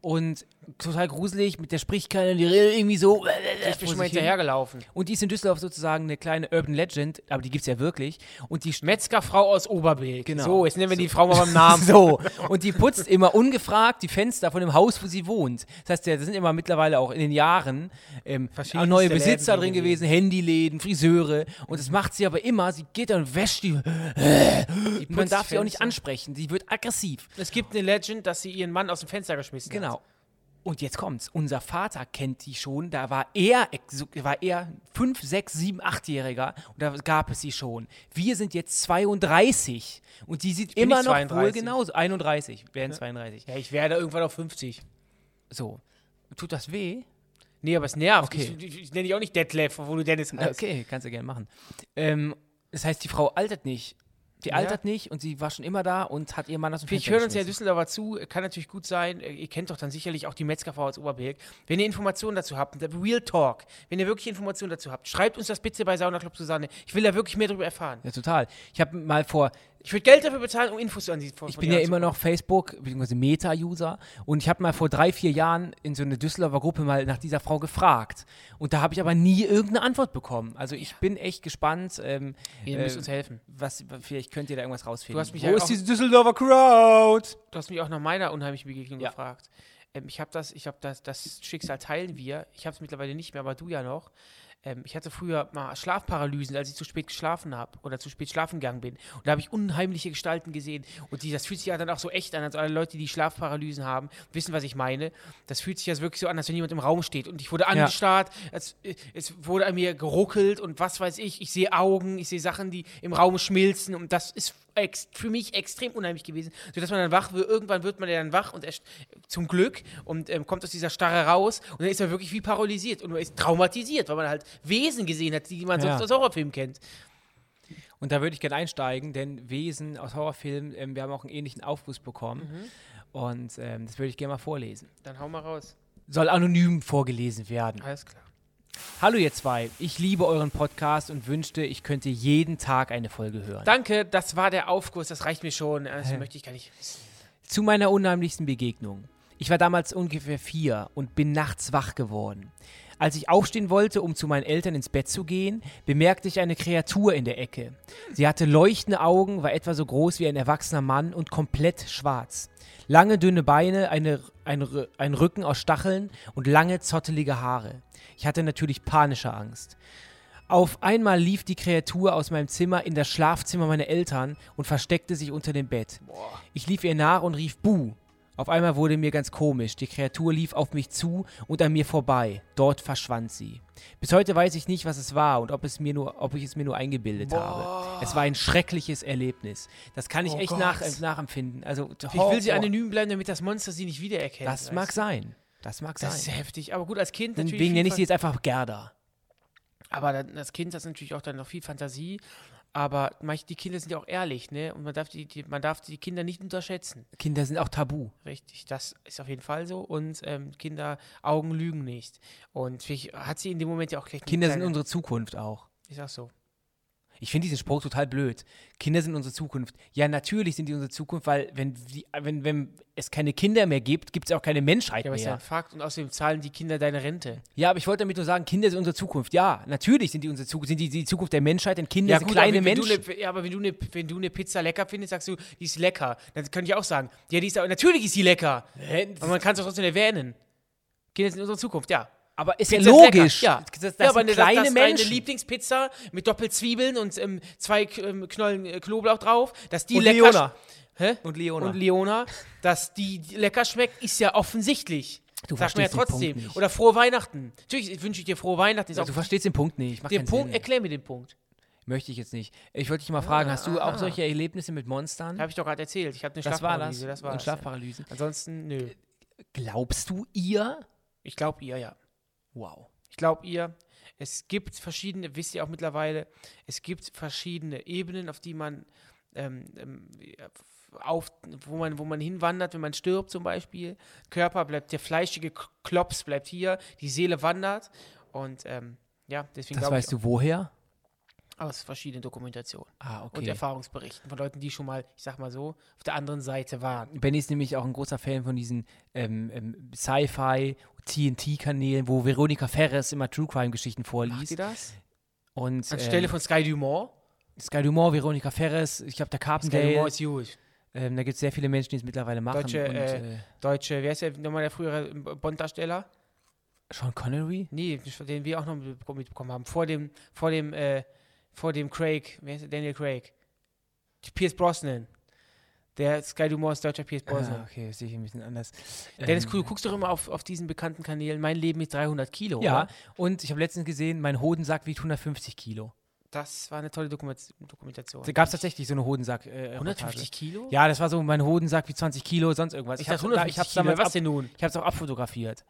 S3: Und total gruselig, mit der spricht keiner, die redet irgendwie so.
S2: Ich bin schon mal
S3: vor sich hin.
S2: hinterhergelaufen.
S3: Und die ist in Düsseldorf sozusagen eine kleine Urban Legend, aber die gibt es ja wirklich. Und die
S2: Metzgerfrau aus Oberbilk.
S3: Genau.
S2: So, jetzt nennen wir die Frau mal beim Namen.
S3: So. Und die putzt immer ungefragt die Fenster von dem Haus, wo sie wohnt. Das heißt, da sind immer mittlerweile auch in den Jahren ähm,
S2: Verschiedenste
S3: auch neue
S2: Läden
S3: Besitzer
S2: drin
S3: drin gewesen, Handyläden, Friseure. Und das macht sie aber immer. Sie geht dann und wäscht die.
S2: Die
S3: Man
S2: putzt
S3: darf sie auch nicht
S2: Fenster.
S3: ansprechen. Sie wird aggressiv.
S2: Es gibt eine Legend, dass sie ihren Mann aus dem Fenster geschmissen hat.
S3: Genau. Und jetzt kommt's. Unser Vater kennt die schon. Da war er, ex- war er 5, 6, 7, 8-Jähriger. Und da gab es sie schon. Wir sind jetzt 32. Und die sieht
S2: bin
S3: immer
S2: nicht
S3: noch wohl
S2: 32.
S3: genauso. 31, werden 32.
S2: Ja, ich werde irgendwann auf 50.
S3: So. Tut das weh?
S2: Nee, aber es nervt.
S3: Okay.
S2: Ich, ich, ich nenne dich auch nicht Detlef, obwohl du Dennis heißt.
S3: Okay, kannst du gerne machen. Ähm, das heißt, die Frau altert nicht. Die altert nicht und sie war schon immer da und hat ihr Mann aus dem
S2: Ich
S3: Fenster
S2: höre uns ja
S3: geschmissen.
S2: Düsseldorfer zu, kann natürlich gut sein. Ihr kennt doch dann sicherlich auch die Metzgerfrau aus Oberberg. Wenn ihr Informationen dazu habt, Real Talk, wenn ihr wirklich Informationen dazu habt, schreibt uns das bitte bei Sauna Club Susanne. Ich will da wirklich mehr darüber erfahren.
S3: Ja, total. Ich habe mal vor,
S2: Ich würde Geld dafür bezahlen, um Infos an sie von
S3: ich
S2: von
S3: bin
S2: ihr
S3: ja immer
S2: anzukommen.
S3: noch Facebook bzw. Meta-User und ich habe mal vor drei, vier Jahren in so eine Düsseldorfer Gruppe mal nach dieser Frau gefragt und da habe ich aber nie irgendeine Antwort bekommen. Also ich bin echt gespannt, ähm,
S2: Ihr
S3: äh,
S2: müsst uns helfen.
S3: was, vielleicht könnt ihr da irgendwas rausfinden.
S2: hast mich
S3: Wo
S2: ja
S3: ist
S2: auch-
S3: diese Düsseldorfer Crowd?
S2: Du hast mich auch nach meiner unheimlichen Begegnung
S3: Ja.
S2: gefragt. Ähm, ich habe das, ich habe das, das Schicksal teilen wir. Ich habe es mittlerweile nicht mehr, aber du ja noch. ähm, ich hatte früher mal Schlafparalysen, als ich zu spät geschlafen habe oder zu spät schlafen gegangen bin. Und da habe ich unheimliche Gestalten gesehen. Und die, das fühlt sich ja dann auch so echt an, als alle Leute, die Schlafparalysen haben, wissen, was ich meine. Das fühlt sich ja wirklich so an, als wenn jemand im Raum steht. Und ich wurde angestarrt, als, äh, es wurde an mir geruckelt und was weiß ich. Ich sehe Augen, ich sehe Sachen, die im Raum schmilzen. Und das ist ex für mich extrem unheimlich gewesen, sodass man dann wach wird. Irgendwann wird man ja dann wach und erst, zum Glück und ähm, kommt aus dieser Starre raus und dann ist man wirklich wie paralysiert und man ist traumatisiert, weil man halt Wesen gesehen hat, die man
S3: Ja.
S2: sonst aus Horrorfilmen kennt.
S3: Und da würde ich gerne einsteigen, denn Wesen aus Horrorfilmen, ähm, wir haben auch einen ähnlichen Aufguss bekommen. Und ähm, das würde ich gerne mal vorlesen.
S2: Dann hau mal raus.
S3: Soll anonym vorgelesen werden.
S2: Alles klar.
S3: Hallo ihr zwei, ich liebe euren Podcast und wünschte, ich könnte jeden Tag eine Folge hören.
S2: Danke, das war der Aufguss, das reicht mir schon. Äh, Das möchte ich gar nicht.
S3: Zu meiner unheimlichsten Begegnung. Ich war damals ungefähr vier und bin nachts wach geworden. Als ich aufstehen wollte, um zu meinen Eltern ins Bett zu gehen, bemerkte ich eine Kreatur in der Ecke. Sie hatte leuchtende Augen, war etwa so groß wie ein erwachsener Mann und komplett schwarz. Lange dünne Beine, eine, ein, Rü- ein Rücken aus Stacheln und lange zottelige Haare. Ich hatte natürlich panische Angst. Auf einmal lief die Kreatur aus meinem Zimmer in das Schlafzimmer meiner Eltern und versteckte sich unter dem Bett. Ich lief ihr nach und rief Buh. Auf einmal wurde mir ganz komisch. Die Kreatur lief auf mich zu und an mir vorbei. Dort verschwand sie. Bis heute weiß ich nicht, was es war und ob, es mir nur, ob ich es mir nur eingebildet habe. Es war ein schreckliches Erlebnis. Das kann ich
S2: Oh
S3: echt
S2: Gott. Oh,
S3: nach, äh, nachempfinden. Also,
S2: Ich will sie anonym bleiben, damit das Monster sie nicht wiedererkennt.
S3: Das mag
S2: weißt du?
S3: sein. Das mag
S2: Das ist
S3: sein.
S2: heftig. Aber gut, als Kind natürlich. viel
S3: Deswegen nenne ich sie
S2: Fan-
S3: jetzt einfach Gerda.
S2: Aber dann, das Kind hat natürlich auch dann noch viel Fantasie. Aber manch, die Kinder sind ja auch ehrlich, ne? Und man darf die, die, man darf die Kinder nicht unterschätzen.
S3: Kinder sind auch tabu.
S2: Richtig, das ist auf jeden Fall so. Und ähm, Kinder, Augen lügen nicht. Und vielleicht hat sie in dem Moment ja auch gleich. eine
S3: Kinder sind
S2: kleine-
S3: unsere Zukunft auch.
S2: Ich sag so.
S3: Ich finde diesen Spruch total blöd. Kinder sind unsere Zukunft. Ja, natürlich sind die unsere Zukunft, weil wenn, die, wenn, wenn es keine Kinder mehr gibt, gibt es auch keine Menschheit
S2: Ja, aber ist ja ein
S3: mehr.
S2: Fakt. Und außerdem zahlen die Kinder deine Rente.
S3: Ja, aber ich wollte damit nur sagen, Kinder sind unsere Zukunft. Ja, natürlich sind die unsere Zukunft, sind die, die Zukunft der Menschheit, denn Kinder sind
S2: gut, aber wenn,
S3: kleine
S2: wenn
S3: Menschen.
S2: Du ne, ja, aber wenn du, eine, wenn du eine Pizza lecker findest, sagst du, die ist lecker. Dann könnte ich auch sagen, ja, die ist aber- natürlich ist sie lecker.
S3: Hä?
S2: Aber man kann es doch trotzdem erwähnen. Kinder sind unsere Zukunft, ja.
S3: Aber ist ja
S2: Pizza ist lecker,
S3: logisch.
S2: Ja,
S3: Das, das, das
S2: ja aber
S3: sind
S2: ne-
S3: kleine
S2: das, das
S3: Menschen.
S2: Deine Lieblingspizza mit Doppelzwiebeln und ähm, zwei K- ähm, Knollen äh, Knoblauch drauf, dass die
S3: und
S2: lecker.
S3: Leona.
S2: Hä?
S3: Und Leona.
S2: und Leona, dass die lecker schmeckt, ist ja offensichtlich.
S3: Du
S2: Sagt man ja
S3: verstehst den Punkt
S2: trotzdem.
S3: nicht.
S2: Oder frohe Weihnachten. Natürlich wünsche ich dir frohe Weihnachten. Ist
S3: Ja,
S2: auch
S3: Also, du verstehst den Punkt nicht. Ich mach
S2: den
S3: keinen
S2: Punkt,
S3: Sinn.
S2: erklär mir den Punkt.
S3: Möchte ich jetzt nicht. Ich wollte dich mal fragen, hast du
S2: aha.
S3: auch solche Erlebnisse mit Monstern?
S2: Habe ich doch gerade erzählt. Ich habe eine
S3: Das war das.
S2: Schlafparalyse. Das war
S3: und
S2: das. ja.
S3: Schlafparalysen.
S2: Ansonsten, nö.
S3: Glaubst du ihr?
S2: Ich glaube ihr, ja.
S3: Wow.
S2: Ich glaube ihr. Es gibt verschiedene, wisst ihr auch mittlerweile, es gibt verschiedene Ebenen, auf die man ähm, ähm, ja, auf, wo man, wo man hinwandert, wenn man stirbt zum Beispiel. Körper bleibt, der fleischige K- Klops bleibt hier, die Seele wandert und ähm, ja, deswegen
S3: Das
S2: glaube ich
S3: weißt du woher?
S2: aus verschiedenen Dokumentationen
S3: Ah,
S2: und Erfahrungsberichten von Leuten, die schon mal, ich sag mal so, auf der anderen Seite waren.
S3: Benny ist nämlich auch ein großer Fan von diesen ähm, ähm, Sci-Fi, TNT-Kanälen, wo Veronika Ferres immer True Crime-Geschichten
S2: Macht
S3: vorliest.
S2: ihr das?
S3: Und
S2: Anstelle
S3: ähm,
S2: von Sky Dumont?
S3: Sky Dumont, Veronika Ferres, ich glaube, der
S2: Sky Dumont
S3: Carpendale.
S2: ist gut.
S3: Ähm, da gibt es sehr viele Menschen, die es mittlerweile machen.
S2: Deutsche,
S3: und,
S2: äh,
S3: äh,
S2: Deutsche, wer ist der nochmal der frühere ähm, Bond-Darsteller?
S3: Sean Connery?
S2: Nee, den wir auch noch mitbeko- mitbekommen haben. Vor dem, vor dem, äh, vor dem Craig, wer ist der? Daniel Craig? Pierce Brosnan. Der Sky Dumont ist deutscher Pierce
S3: Ah,
S2: Brosnan.
S3: okay, das sehe ich ein bisschen anders.
S2: Dennis,
S3: Ähm,
S2: du guckst doch immer auf, auf diesen bekannten Kanälen Mein Leben mit 300 Kilo,
S3: Ja,
S2: oder?
S3: und ich habe letztens gesehen, mein Hodensack wiegt 150 Kilo.
S2: Das war eine tolle Dokument Dokumentation.
S3: Da gab es tatsächlich so eine Hodensack. Äh,
S2: 150 Kilo?
S3: Ja, das war so, mein Hodensack wiegt 20 Kilo, sonst irgendwas.
S2: ich
S3: hab's-
S2: dachte 150
S3: ich hab's
S2: Kilo.
S3: damals
S2: Was
S3: ab,
S2: denn nun?
S3: Ich habe es auch abfotografiert.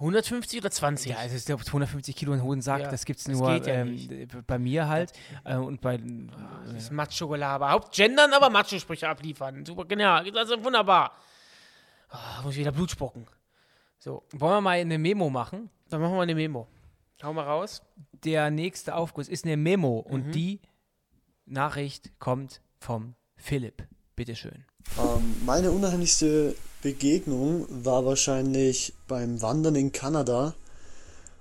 S2: 150 oder 20?
S3: Ja, also ich glaube, 250 Kilo in Hodensack,
S2: Ja,
S3: das gibt es
S2: das
S3: nur
S2: geht ja
S3: ähm,
S2: nicht.
S3: d- bei mir halt. Äh, und bei.
S2: das ist Macho-Gelaber. Hauptgendern, aber Macho-Sprüche abliefern. Super, genau. Das ist wunderbar. Ah, muss ich wieder Blut spucken. So,
S3: Wollen wir mal eine Memo machen?
S2: dann machen wir eine Memo. Hau mal raus.
S3: Der nächste Aufguss ist eine Memo
S2: Mhm.
S3: und die Nachricht kommt vom Philipp. Bitteschön.
S4: Ähm, meine unheimlichste Begegnung war wahrscheinlich beim Wandern in Kanada,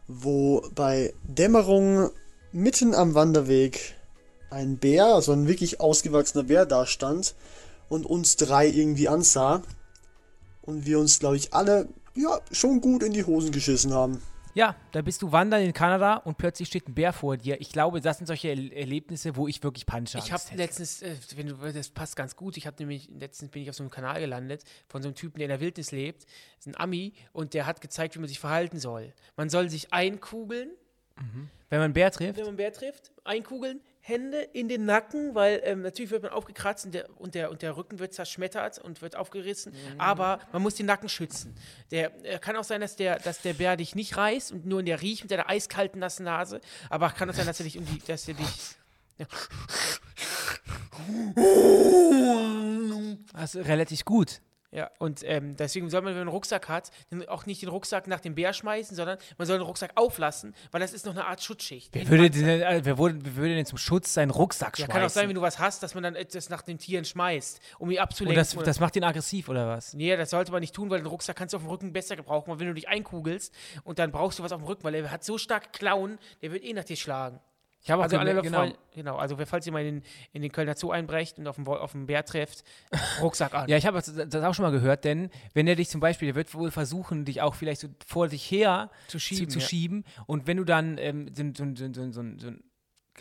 S4: wo bei Dämmerung mitten am Wanderweg ein Bär, also ein wirklich ausgewachsener Bär, da stand und uns drei irgendwie ansah und wir uns, glaube ich, alle ja schon gut in die Hosen geschissen haben.
S3: Ja, da bist du wandern in Kanada und plötzlich steht ein Bär vor dir. Ich glaube, das sind solche Erl- Erlebnisse, wo ich wirklich Punch
S2: Ich habe letztens, äh, wenn du, das passt ganz gut, ich habe nämlich, letztens bin ich auf so einem Kanal gelandet von so einem Typen, der in der Wildnis lebt, das ist ein Ami, und der hat gezeigt, wie man sich verhalten soll. Man soll sich einkugeln,
S3: Wenn man einen Bär trifft,
S2: wenn man einen Bär trifft, einkugeln, Hände in den Nacken, weil ähm, natürlich wird man aufgekratzt und der, und, der, und der Rücken wird zerschmettert und wird aufgerissen,
S3: Mhm.
S2: aber man muss den Nacken schützen. Der äh, kann auch sein, dass der, dass der Bär dich nicht reißt und nur in der riecht mit deiner eiskalten, nassen Nase, aber kann auch sein, dass er dich um die, dass er dich.
S3: das ist relativ gut.
S2: Ja, und ähm, deswegen soll man, wenn man einen Rucksack hat, dann auch nicht den Rucksack nach dem Bär schmeißen, sondern man soll den Rucksack auflassen, weil das ist noch eine Art Schutzschicht.
S3: Wer würde, denn, äh, wer, wurde, wer würde denn zum Schutz seinen Rucksack
S2: ja,
S3: schmeißen?
S2: kann auch sein, wenn du was hast, dass man dann etwas nach den Tieren schmeißt, um ihn
S3: und
S2: abzulenken.
S3: das,
S2: oder-
S3: das macht ihn aggressiv, oder was?
S2: nee, das sollte man nicht tun, weil den Rucksack kannst du auf dem Rücken besser gebrauchen, weil wenn du dich einkugelst und dann brauchst du was auf dem Rücken, weil er hat so stark Klauen, der wird eh nach dir schlagen.
S3: Ich habe auch
S2: Also alle
S3: gemerkt-
S2: Leute, genau. genau, also wer- falls ihr mal in, in den Kölner Zoo einbrecht und auf den, Wo- auf den Bär trefft, Rucksack an.
S3: Ja, ich habe das, das auch schon mal gehört, denn wenn er dich zum Beispiel, der wird wohl versuchen, dich auch vielleicht so vor sich her
S2: Zu schieben,
S3: zu,
S2: ja.
S3: schieben. Und wenn du dann ähm, so, so, so, so, so, so einen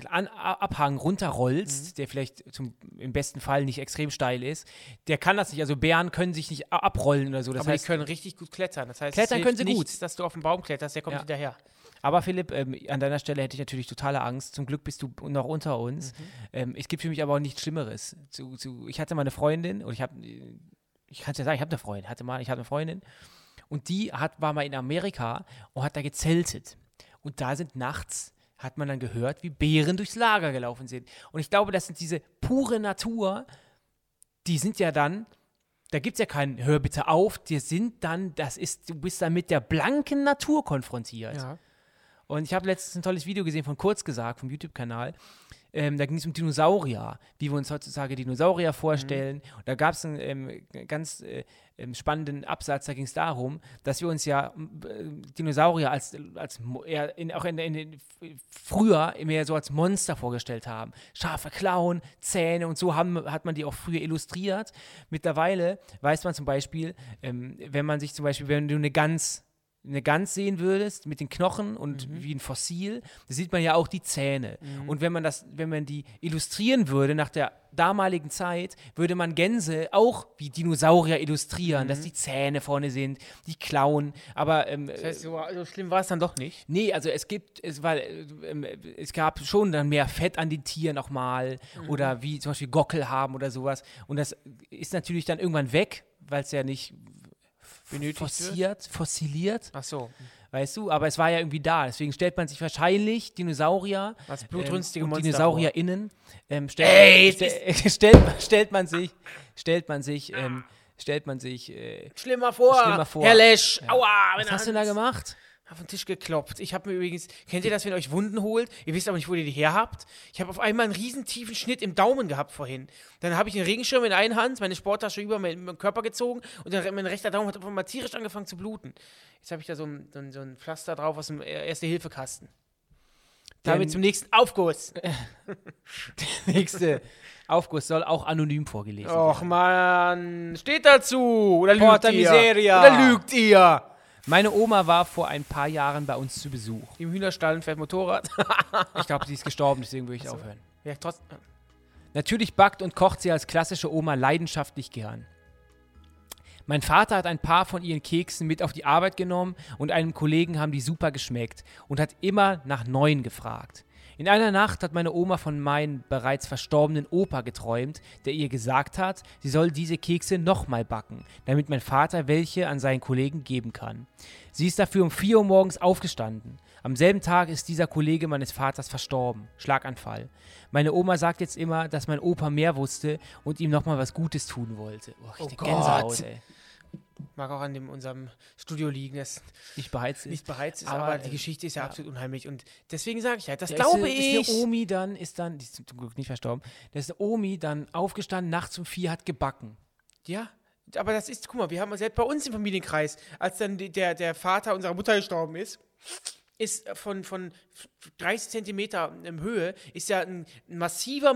S3: An A- Abhang
S2: Mhm.
S3: runterrollst, der vielleicht zum, im besten Fall nicht extrem steil ist, der kann das nicht. Also Bären können sich nicht a- abrollen oder so. Das
S2: aber
S3: heißt,
S2: die können richtig gut klettern. Das heißt, es
S3: Klettern
S2: hilft
S3: können sie
S2: nichts,
S3: gut.
S2: dass du auf den Baum kletterst, der kommt
S3: Ja.
S2: hinterher.
S3: aber Philipp, ähm, an deiner Stelle hätte ich natürlich totale Angst. Zum Glück bist du noch unter uns. Ähm, es gibt für mich aber auch nichts Schlimmeres. Zu, zu, ich hatte mal eine Freundin und ich habe, ich kann es ja sagen, ich habe eine Freundin, hatte mal, ich hatte eine Freundin und die hat, war mal in Amerika und hat da gezeltet. Und da sind nachts, hat man dann gehört, wie Bären durchs Lager gelaufen sind. Und ich glaube, das sind diese pure Natur, die sind ja dann, da gibt es ja keinen Hör bitte auf, die sind dann, das ist, du bist dann mit der blanken Natur konfrontiert. Und ich habe letztens ein tolles Video gesehen von Kurz gesagt, vom YouTube-Kanal. Ähm, da ging es um Dinosaurier, wie wir uns heutzutage Dinosaurier vorstellen. Und da gab es einen ähm, g- ganz äh, ähm, spannenden Absatz, da ging es darum, dass wir uns ja m- äh, Dinosaurier als, als mo- eher in, auch in, in, den f- früher mehr so als Monster vorgestellt haben. Scharfe Klauen, Zähne und so haben, hat man die auch früher illustriert. Mittlerweile weiß man zum Beispiel, ähm, wenn man sich zum Beispiel, wenn du eine Gans eine Gans sehen würdest mit den Knochen und
S2: Mhm.
S3: wie ein Fossil, da sieht man ja auch die Zähne. Und wenn man das, wenn man die illustrieren würde nach der damaligen Zeit, würde man Gänse auch wie Dinosaurier illustrieren,
S2: Mhm.
S3: dass die Zähne vorne sind, die Klauen. Aber ähm,
S2: Das heißt, so, so schlimm war es dann doch nicht.
S3: Nee, also es gibt, es, weil äh, ähm, es gab schon dann mehr Fett an den Tieren auch mal
S2: Mhm.
S3: oder wie zum Beispiel Gockel haben oder sowas. Und das ist natürlich dann irgendwann weg, weil es ja nicht
S2: Benötigt wird?
S3: fossiert, fossiliert,
S2: Ach so,
S3: weißt du, aber es war ja irgendwie da. Deswegen stellt man sich wahrscheinlich Dinosaurier
S2: als blutrünstige
S3: ähm, und
S2: Monster. vor.
S3: DinosaurierInnen ähm, stellt,
S2: Ey,
S3: stellt, stellt, stellt man sich, stellt man sich, ähm, stellt man sich, äh,
S2: Schlimmer vor.
S3: Schlimmer vor.
S2: Herr Lesch. Aua.
S3: was hast du denn da gemacht?
S2: Auf den Tisch geklopft. Ich habe mir übrigens, kennt ihr das, wenn ihr euch Wunden holt? Ihr wisst aber nicht, wo ihr die her habt. Ich habe auf einmal einen riesen tiefen Schnitt im Daumen gehabt vorhin. Dann habe ich den Regenschirm in einer Hand, meine Sporttasche über meinen, meinen Körper gezogen und dann mein rechter Daumen hat auf einmal tierisch angefangen zu bluten. Jetzt habe ich da so ein, so, ein, so ein Pflaster drauf aus dem Erste-Hilfe-Kasten. Damit
S3: Denn-
S2: zum nächsten Aufguss.
S3: Nächste Aufguss soll auch anonym vorgelesen werden.
S2: Och man, steht dazu. Oder lügt
S3: Porta
S2: ihr?
S3: Miseria.
S2: Oder lügt ihr?
S3: Meine Oma war vor ein paar Jahren bei uns zu Besuch.
S2: Im Hühnerstall und fährt Motorrad.
S3: Ich glaube, sie ist gestorben, deswegen würde ich aufhören.
S2: ja, trotzdem.
S3: Natürlich backt und kocht sie als klassische Oma leidenschaftlich gern. Mein Vater hat ein paar von ihren Keksen mit auf die Arbeit genommen und einem Kollegen haben die super geschmeckt und hat immer nach neuen gefragt. In einer Nacht hat meine Oma von meinem bereits verstorbenen Opa geträumt, der ihr gesagt hat, sie soll diese Kekse nochmal backen, damit mein Vater welche an seinen Kollegen geben kann. Sie ist dafür um 4 Uhr morgens aufgestanden. Am selben Tag ist dieser Kollege meines Vaters verstorben. Schlaganfall. Meine Oma sagt jetzt immer, dass mein Opa mehr wusste und ihm nochmal was Gutes tun wollte. Oh, ich
S2: Oh
S3: oh
S2: Gott.
S3: Gänsehaut, ey.
S2: Mag auch an dem, unserem Studio liegen, das
S3: Nicht beheizt ist.
S2: nicht beheizt ist, aber,
S3: Aber,
S2: die
S3: äh,
S2: Geschichte ist ja,
S3: ja.
S2: absolut unheimlich. Und deswegen sage ich halt, das
S3: Da
S2: glaube
S3: ist eine,
S2: ich.
S3: Ist eine Omi dann, ist dann, die ist zum Glück nicht verstorben, da ist eine Omi dann aufgestanden, nachts um vier hat gebacken.
S2: ja, aber das ist, guck mal, wir haben selbst bei uns im Familienkreis, als dann die- der, der Vater unserer Mutter gestorben ist, ist von, von 30 Zentimeter in Höhe, ist ja ein massiver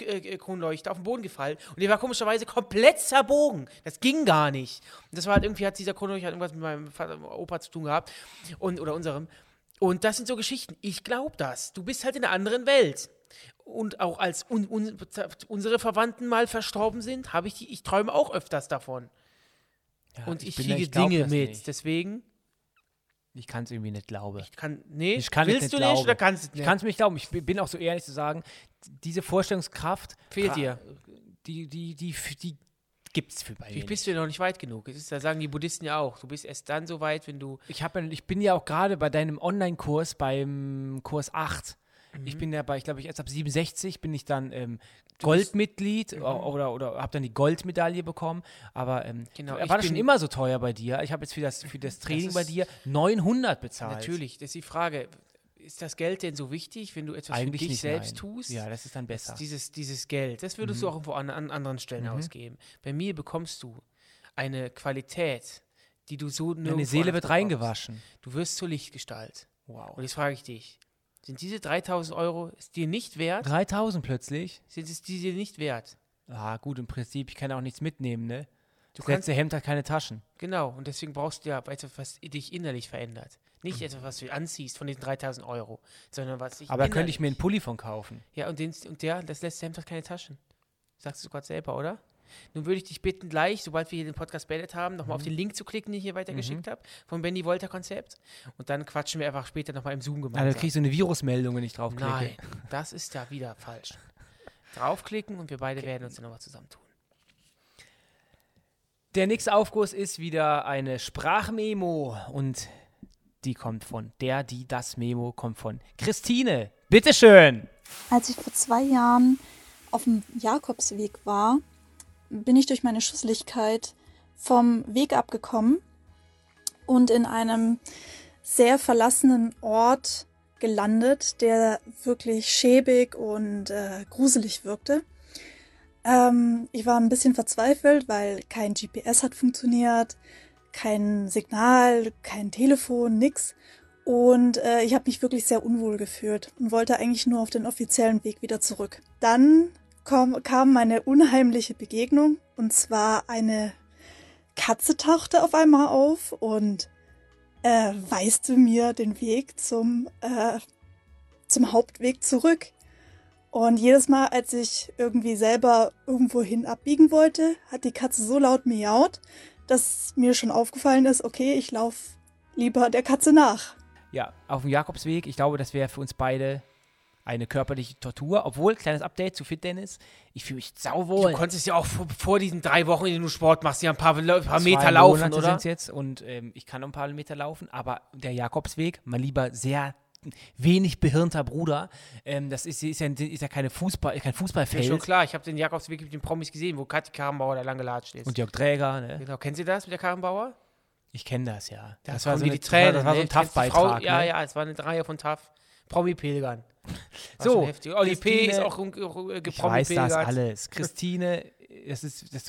S2: Metallkronleuchter auf den Boden gefallen und der war komischerweise komplett zerbogen. Das ging gar nicht. Und das war halt irgendwie, hat dieser Kronleuchter irgendwas mit meinem Vater, Opa zu tun gehabt und, oder unserem. Und das sind so Geschichten. Ich glaube das. Du bist halt in einer anderen Welt. Und auch als un, un, unsere Verwandten mal verstorben sind, habe ich die, ich träume auch öfters davon.
S3: Ja,
S2: und ich,
S3: bin da-
S2: kriege
S3: glaub
S2: Dinge
S3: das
S2: mit.
S3: nicht.
S2: Deswegen
S3: Ich kann es irgendwie nicht glauben.
S2: ich kann, nee,
S3: Ich kann es
S2: willst
S3: nicht
S2: du
S3: glauben.
S2: nicht oder kannst du es
S3: Ich
S2: nicht?
S3: kann es mir nicht glauben. Ich bin auch so ehrlich zu sagen, diese Vorstellungskraft
S2: Fehlt
S3: gra-
S2: dir.
S3: Die, die, die, die gibt es für bei mir.
S2: Ich
S3: nicht.
S2: bist du ja noch nicht weit genug. Es ist, da sagen die Buddhisten ja auch. Du bist erst dann so weit, wenn du.
S3: ich, hab, ja- ich bin ja auch gerade bei deinem Online-Kurs, beim Kurs 8.
S2: Mhm.
S3: Ich bin ja bei, ich glaube, ich erst ab 67 bin ich dann ähm, Goldmitglied
S2: Mhm.
S3: o- oder, oder habe dann die Goldmedaille bekommen. Aber ähm,
S2: Genau,
S3: war
S2: ich
S3: das schon
S2: bin-
S3: immer so teuer bei dir? Ich habe jetzt für das, für das Training bei
S2: ist-
S3: dir 900 bezahlt.
S2: Natürlich, das ist die Frage. Ist das Geld denn so wichtig, wenn du etwas
S3: Eigentlich
S2: für dich
S3: nicht,
S2: selbst
S3: nein.
S2: tust?
S3: Ja, Mhm. das ist dann besser.
S2: Dieses, dieses Geld, das würdest du auch irgendwo an, an anderen Stellen
S3: Mhm.
S2: ausgeben. Bei mir bekommst du eine Qualität, die du so nirgendwo
S3: Deine Seele
S2: anders
S3: wird
S2: bekommst.
S3: reingewaschen.
S2: Du wirst zur Lichtgestalt.
S3: Wow.
S2: Und jetzt frage ich dich: Sind diese 3000 Euro es dir nicht wert?
S3: 3000 plötzlich?
S2: Sind es die dir nicht wert?
S3: Ah, gut, im Prinzip, ich kann ja auch nichts mitnehmen, ne?
S2: Du
S3: das letzte Hemd hat keine Taschen.
S2: Genau, und deswegen brauchst du ja etwas, was dich innerlich verändert. Nicht etwas, was du anziehst von diesen 3000 Euro, sondern was ich.
S3: Mhm. Aber da könnte ich mir einen Pulli von kaufen.
S2: Ja, und, den, und der, das letzte Hemd hat keine Taschen. Sagst du gerade selber, oder? Nun würde ich dich bitten, gleich, sobald wir hier den Podcast beendet haben, nochmal auf
S3: Mhm.
S2: den Link zu klicken, den ich hier weitergeschickt habe, vom Benny Wolter Konzept. Und dann quatschen wir einfach später nochmal im Zoom
S3: Ah,
S2: gemeinsam.
S3: dann kriegst du eine Virusmeldung, wenn ich draufklicke.
S2: Nein, das ist ja wieder falsch. Draufklicken und wir beide werden uns dann nochmal zusammentun.
S3: Der nächste Aufguss ist wieder eine Sprachmemo und die kommt von der, die, das Memo kommt von Christine. Bitteschön.
S5: Als ich vor zwei Jahren auf dem Jakobsweg war, bin ich durch meine Schusseligkeit vom Weg abgekommen und in einem sehr verlassenen Ort gelandet, der wirklich schäbig und äh, gruselig wirkte. Ähm, ich war ein bisschen verzweifelt, weil kein GPS hat funktioniert, kein Signal, kein Telefon, nix. Und äh, ich habe mich wirklich sehr unwohl gefühlt und wollte eigentlich nur auf den offiziellen Weg wieder zurück. Dann kam, kam meine unheimliche Begegnung und zwar eine Katze tauchte auf einmal auf und äh, weiste mir den Weg zum, äh, zum Hauptweg zurück. Und jedes Mal, als ich irgendwie selber irgendwohin abbiegen wollte, hat die Katze so laut miaut, dass mir schon aufgefallen ist, okay, ich laufe lieber der Katze nach.
S3: Ja, auf dem Jakobsweg, ich glaube, das wäre für uns beide eine körperliche Tortur. Obwohl, kleines Update zu Fit Dennis, ich fühle mich
S2: Du
S3: sauwohl.
S2: konntest ja auch vor, vor diesen drei Wochen, in denen du Sport machst, ja ein paar, Lo- paar
S3: Zwei
S2: Meter laufen,
S3: Monate
S2: oder?
S3: sind's jetzt und ähm, ich kann noch ein paar Meter laufen, aber der Jakobsweg, mein lieber sehr wenig behirnter Bruder, ähm, das ist, ist, ja, ist ja keine Fußball, kein
S2: Ist mir schon
S3: Fußballfeld.
S2: klar, ich habe den Jakobsweg mit den Promis gesehen, wo Kathi Karrenbauer da lang gelatscht ist.
S3: Und Jörg Träger, ne?
S2: genau, kennen Sie das mit der Karrenbauer?
S3: Ich kenne das ja.
S2: Da
S3: Das,
S2: kommen
S3: war so
S2: dir
S3: eine,
S2: die Tränen,
S3: das war so
S2: ne?
S3: ein
S2: Kennst du die Frau-
S3: TAF-Beitrag.
S2: Ja,
S3: ne?
S2: ja, es war eine Reihe von TAF. Promi-Pilgern. War
S3: So,
S2: schon heftig. Olli P.
S3: Christine-
S2: ist auch rum- rum- äh,
S3: Ich weiß das
S2: gepromi-pilgert.
S3: alles. Christine, das ist das,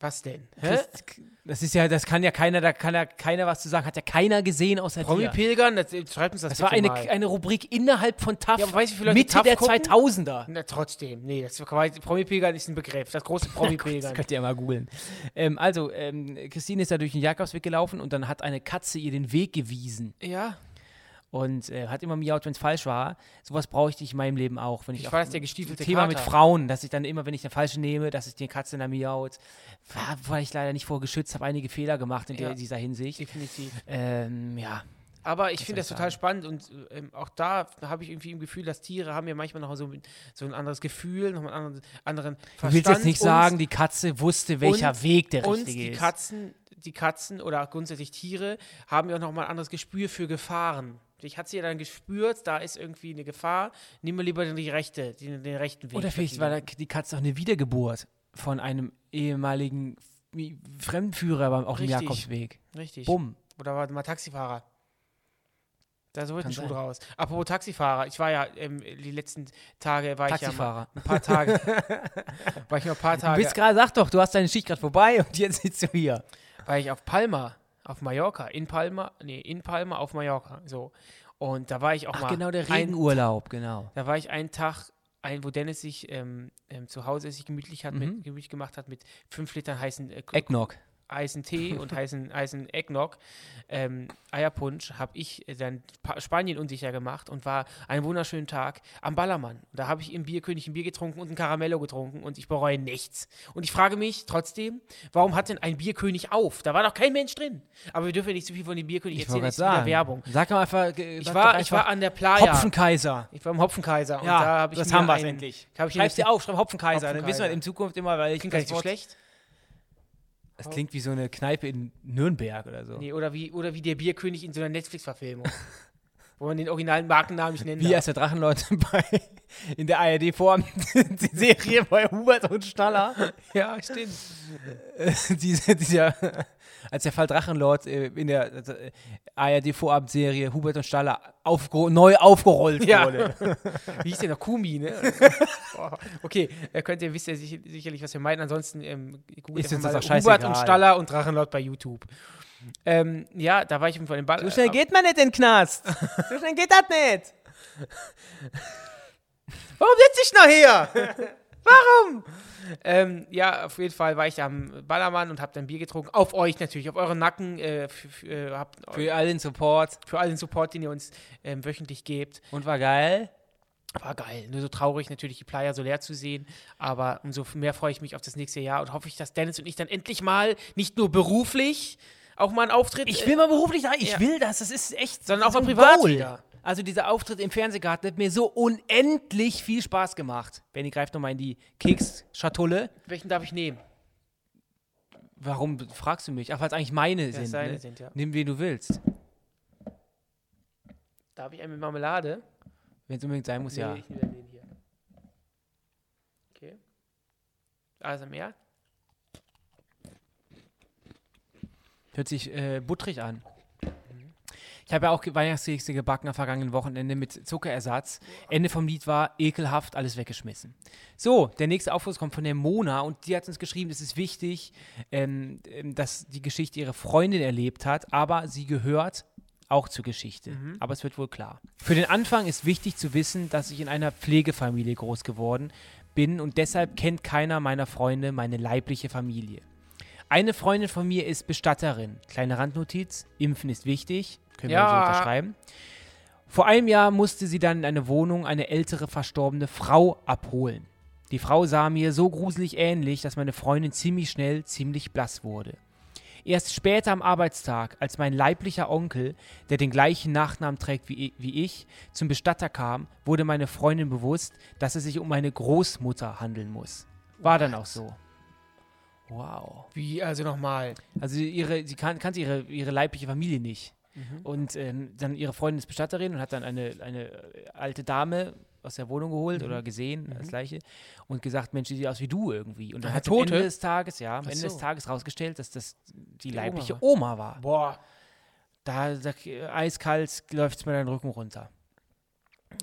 S2: Was denn? Hä?
S3: Christ, das ist ja, das kann ja keiner, da kann ja keiner was zu sagen, hat ja keiner gesehen außer dir.
S2: Promi-Pilgern? Das, äh, schreibt uns das
S3: Das war
S2: bitte
S3: eine,
S2: mal.
S3: eine Rubrik innerhalb von TAF
S2: Ja, aber weißt du, wie viele Leute
S3: Mitte
S2: TAF
S3: der
S2: gucken?
S3: 2000er.
S2: Na, trotzdem. Nee, das Promi-Pilgern ist ein Begriff. Das große
S3: Das
S2: Promi-Pilgern.
S3: könnt ihr ja mal googeln. Ähm, also, ähm, Christine ist da durch den Jakobsweg gelaufen und dann hat eine Katze ihr den Weg gewiesen
S2: ja,
S3: und äh, hat immer miaut, wenn es falsch war. Sowas bräuchte ich in meinem Leben auch. Wenn ich
S2: ich
S3: auf-
S2: war das der gestiefelte
S3: Thema mit
S2: Kater.
S3: Frauen, dass ich dann immer, wenn ich eine falsche nehme, dass ich die Katze in der miaut. War, war ich leider nicht vorgeschützt, habe einige Fehler gemacht in der,
S2: Ja.
S3: dieser Hinsicht.
S2: Definitiv.
S3: Ähm, ja,
S2: Aber ich
S3: Das
S2: finde das
S3: heißt,
S2: total
S3: da-
S2: spannend und ähm, auch da habe ich irgendwie im Gefühl, dass Tiere haben ja manchmal noch so, ein- so ein anderes Gefühl, noch einen anderen, anderen
S3: du
S2: Verstand.
S3: willst jetzt nicht
S2: und-
S3: sagen, die Katze wusste, welcher
S2: und-
S3: Weg der
S2: Und
S3: richtige
S2: die
S3: ist.
S2: Katzen, die Katzen oder auch grundsätzlich Tiere haben ja auch nochmal ein anderes Gespür für Gefahren. Ich hatte sie ja dann gespürt, da ist irgendwie eine Gefahr, nehmen wir lieber den, die rechte, den, den rechten Weg.
S3: Oder vielleicht war da die Katze auch eine Wiedergeburt von einem ehemaligen Fremdenführer beim, auf dem
S2: Richtig.
S3: Jakobsweg.
S2: Richtig.
S3: Bumm.
S2: Oder war mal Taxifahrer. Da so wird
S3: Kann
S2: ein Schuh
S3: sein.
S2: draus. Apropos Taxifahrer, ich war ja ähm, die letzten Tage, war
S3: Taxifahrer.
S2: ich ja mal ein paar Tage, war ich noch ein paar
S3: Du
S2: Tage,
S3: bist gerade, sag doch, du hast deine Schicht gerade vorbei und jetzt sitzt du hier.
S2: war ich auf Palma auf Mallorca, in Palma, nee, in Palma auf Mallorca, so. Und da war ich auch
S3: Ach,
S2: mal.
S3: genau, der
S2: ein-
S3: Regenurlaub, genau.
S2: Da war ich einen Tag, ein, wo Dennis sich ähm, ähm, zu Hause sich gemütlich, hat
S3: Mhm.
S2: mit, gemütlich gemacht hat mit fünf Litern heißen, äh, K-
S3: Eggnog.
S2: heißen Tee und heißen, heißen Eggnog, ähm, Eierpunsch, habe ich äh, dann pa Spanien unsicher gemacht und war einen wunderschönen Tag am Ballermann. Da habe ich im Bierkönig ein Bier getrunken und ein Caramello getrunken und ich bereue nichts. Und ich frage mich trotzdem, warum hat denn ein Bierkönig auf? Da war doch kein Mensch drin. Aber wir dürfen ja nicht zu viel von dem Bierkönig
S3: Ich
S2: erzählen,
S3: wollte
S2: das
S3: gerade
S2: ist wieder
S3: sagen.
S2: Werbung.
S3: Sag mal einfach,
S2: Ich war, ich war an der Playa.
S3: Hopfenkaiser.
S2: Ich war im Hopfenkaiser und
S3: Ja,
S2: da habe ich
S3: das
S2: mir
S3: haben wir's
S2: einen-
S3: endlich.
S2: Hab ich mir
S3: Schreib's dir
S2: eine-
S3: auf, schreib Hopfenkaiser, dann wissen wir
S2: Hopfenkaiser.
S3: in Zukunft immer, weil ich
S2: Klingt gar nicht
S3: das
S2: so
S3: Wort-
S2: schlecht.
S3: Das klingt wie so eine Kneipe in Nürnberg oder so.
S2: Nee, oder wie, oder wie der Bierkönig in so einer Netflix-Verfilmung. wo man den originalen Markennamen nicht nennen
S3: Wie als
S2: darf.
S3: der Drachenleute bei, in der ARD vor die Serie bei Hubert und Staller.
S2: Ja, stimmt.
S3: Diese, dieser, als der Fall Drachenlord äh, in der äh, ARD-Vorabendserie Hubert und Staller aufge neu aufgerollt
S2: Ja.
S3: wurde.
S2: Wie hieß der noch? Kumi, ne? Boah. okay, da könnt ihr, wisst ihr sich, sicherlich, was wir meinen. Ansonsten ähm, googelt
S3: Ist
S2: einfach
S3: uns das auch
S2: Hubert
S3: scheißegal.
S2: und Staller und Drachenlord bei YouTube. Ähm, ja, da war ich von dem Ball.
S3: So schnell geht man nicht in den Knast. So schnell geht das nicht.
S2: Warum sitze ich noch hier? Warum? Ähm, ja, auf jeden Fall war ich am Ballermann und habe dann Bier getrunken. Auf euch natürlich, auf euren Nacken. Äh, für, für, äh, habt,
S3: Für all den Support.
S2: für all den Support, den ihr uns ähm, wöchentlich gebt.
S3: Und war geil.
S2: War geil. Nur so traurig, natürlich die Playa so leer zu sehen. Aber umso mehr freue ich mich auf das nächste Jahr und hoffe ich, dass Dennis und ich dann endlich mal, nicht nur beruflich, auch mal einen Auftritt. äh,
S3: Ich will mal beruflich sagen, ich
S2: Ja.
S3: will das. Das ist echt.
S2: Sondern auch
S3: so
S2: mal
S3: ein
S2: privat
S3: Goal.
S2: wieder.
S3: Also dieser Auftritt im Fernsehgarten hat mir so unendlich viel Spaß gemacht. Benny greift nochmal in die Keksschatulle.
S2: Äh, welchen darf ich nehmen?
S3: Warum fragst du mich? Ach, weil es eigentlich meine
S2: Ja,
S3: sind.
S2: seine
S3: ne?
S2: sind, ja.
S3: Nimm, wen du willst.
S2: Darf ich einen mit Marmelade?
S3: Wenn es unbedingt sein muss, ja.
S2: ich nehme den hier. Okay. Also mehr?
S3: Hört sich äh, buttrig an. Ich habe ja auch ge- Weihnachtskekse gebacken am vergangenen Wochenende mit Zuckerersatz. Ende vom Lied war ekelhaft, alles weggeschmissen. So, der nächste Aufruf kommt von der Mona und die hat uns geschrieben, es ist wichtig, ähm, ähm, dass die Geschichte ihre Freundin erlebt hat, aber sie gehört auch zur Geschichte. Aber es wird wohl klar. Für den Anfang ist wichtig zu wissen, dass ich in einer Pflegefamilie groß geworden bin und deshalb kennt keiner meiner Freunde meine leibliche Familie. Eine Freundin von mir ist Bestatterin. Kleine Randnotiz: Impfen ist wichtig. Können wir
S2: Ja.
S3: so unterschreiben. Vor einem Jahr musste sie dann in eine Wohnung eine ältere verstorbene Frau abholen. Die Frau sah mir so gruselig ähnlich, dass meine Freundin ziemlich schnell ziemlich blass wurde. Erst später am Arbeitstag, als mein leiblicher Onkel, der den gleichen Nachnamen trägt wie, i- wie ich, zum Bestatter kam, wurde meine Freundin bewusst, dass es sich um meine Großmutter handeln muss. War dann auch so. Wow.
S2: Wie, also nochmal.
S3: Also ihre, sie kan kannte ihre, ihre leibliche Familie nicht. Und ähm, dann ihre Freundin ist Bestatterin und hat dann eine, eine äh, alte Dame aus der Wohnung geholt oder gesehen, das gleiche, und gesagt, Mensch, die sieht aus wie du irgendwie. Und dann
S2: Eine
S3: hat sie am
S2: Tote?
S3: Ende des Tages, ja, am
S2: Ach
S3: Ende
S2: so.
S3: des Tages rausgestellt, dass das
S2: Die
S3: die, leibliche
S2: Oma
S3: Oma war.
S2: Boah.
S3: Da, da äh, eiskalt läuft es mir den Rücken runter.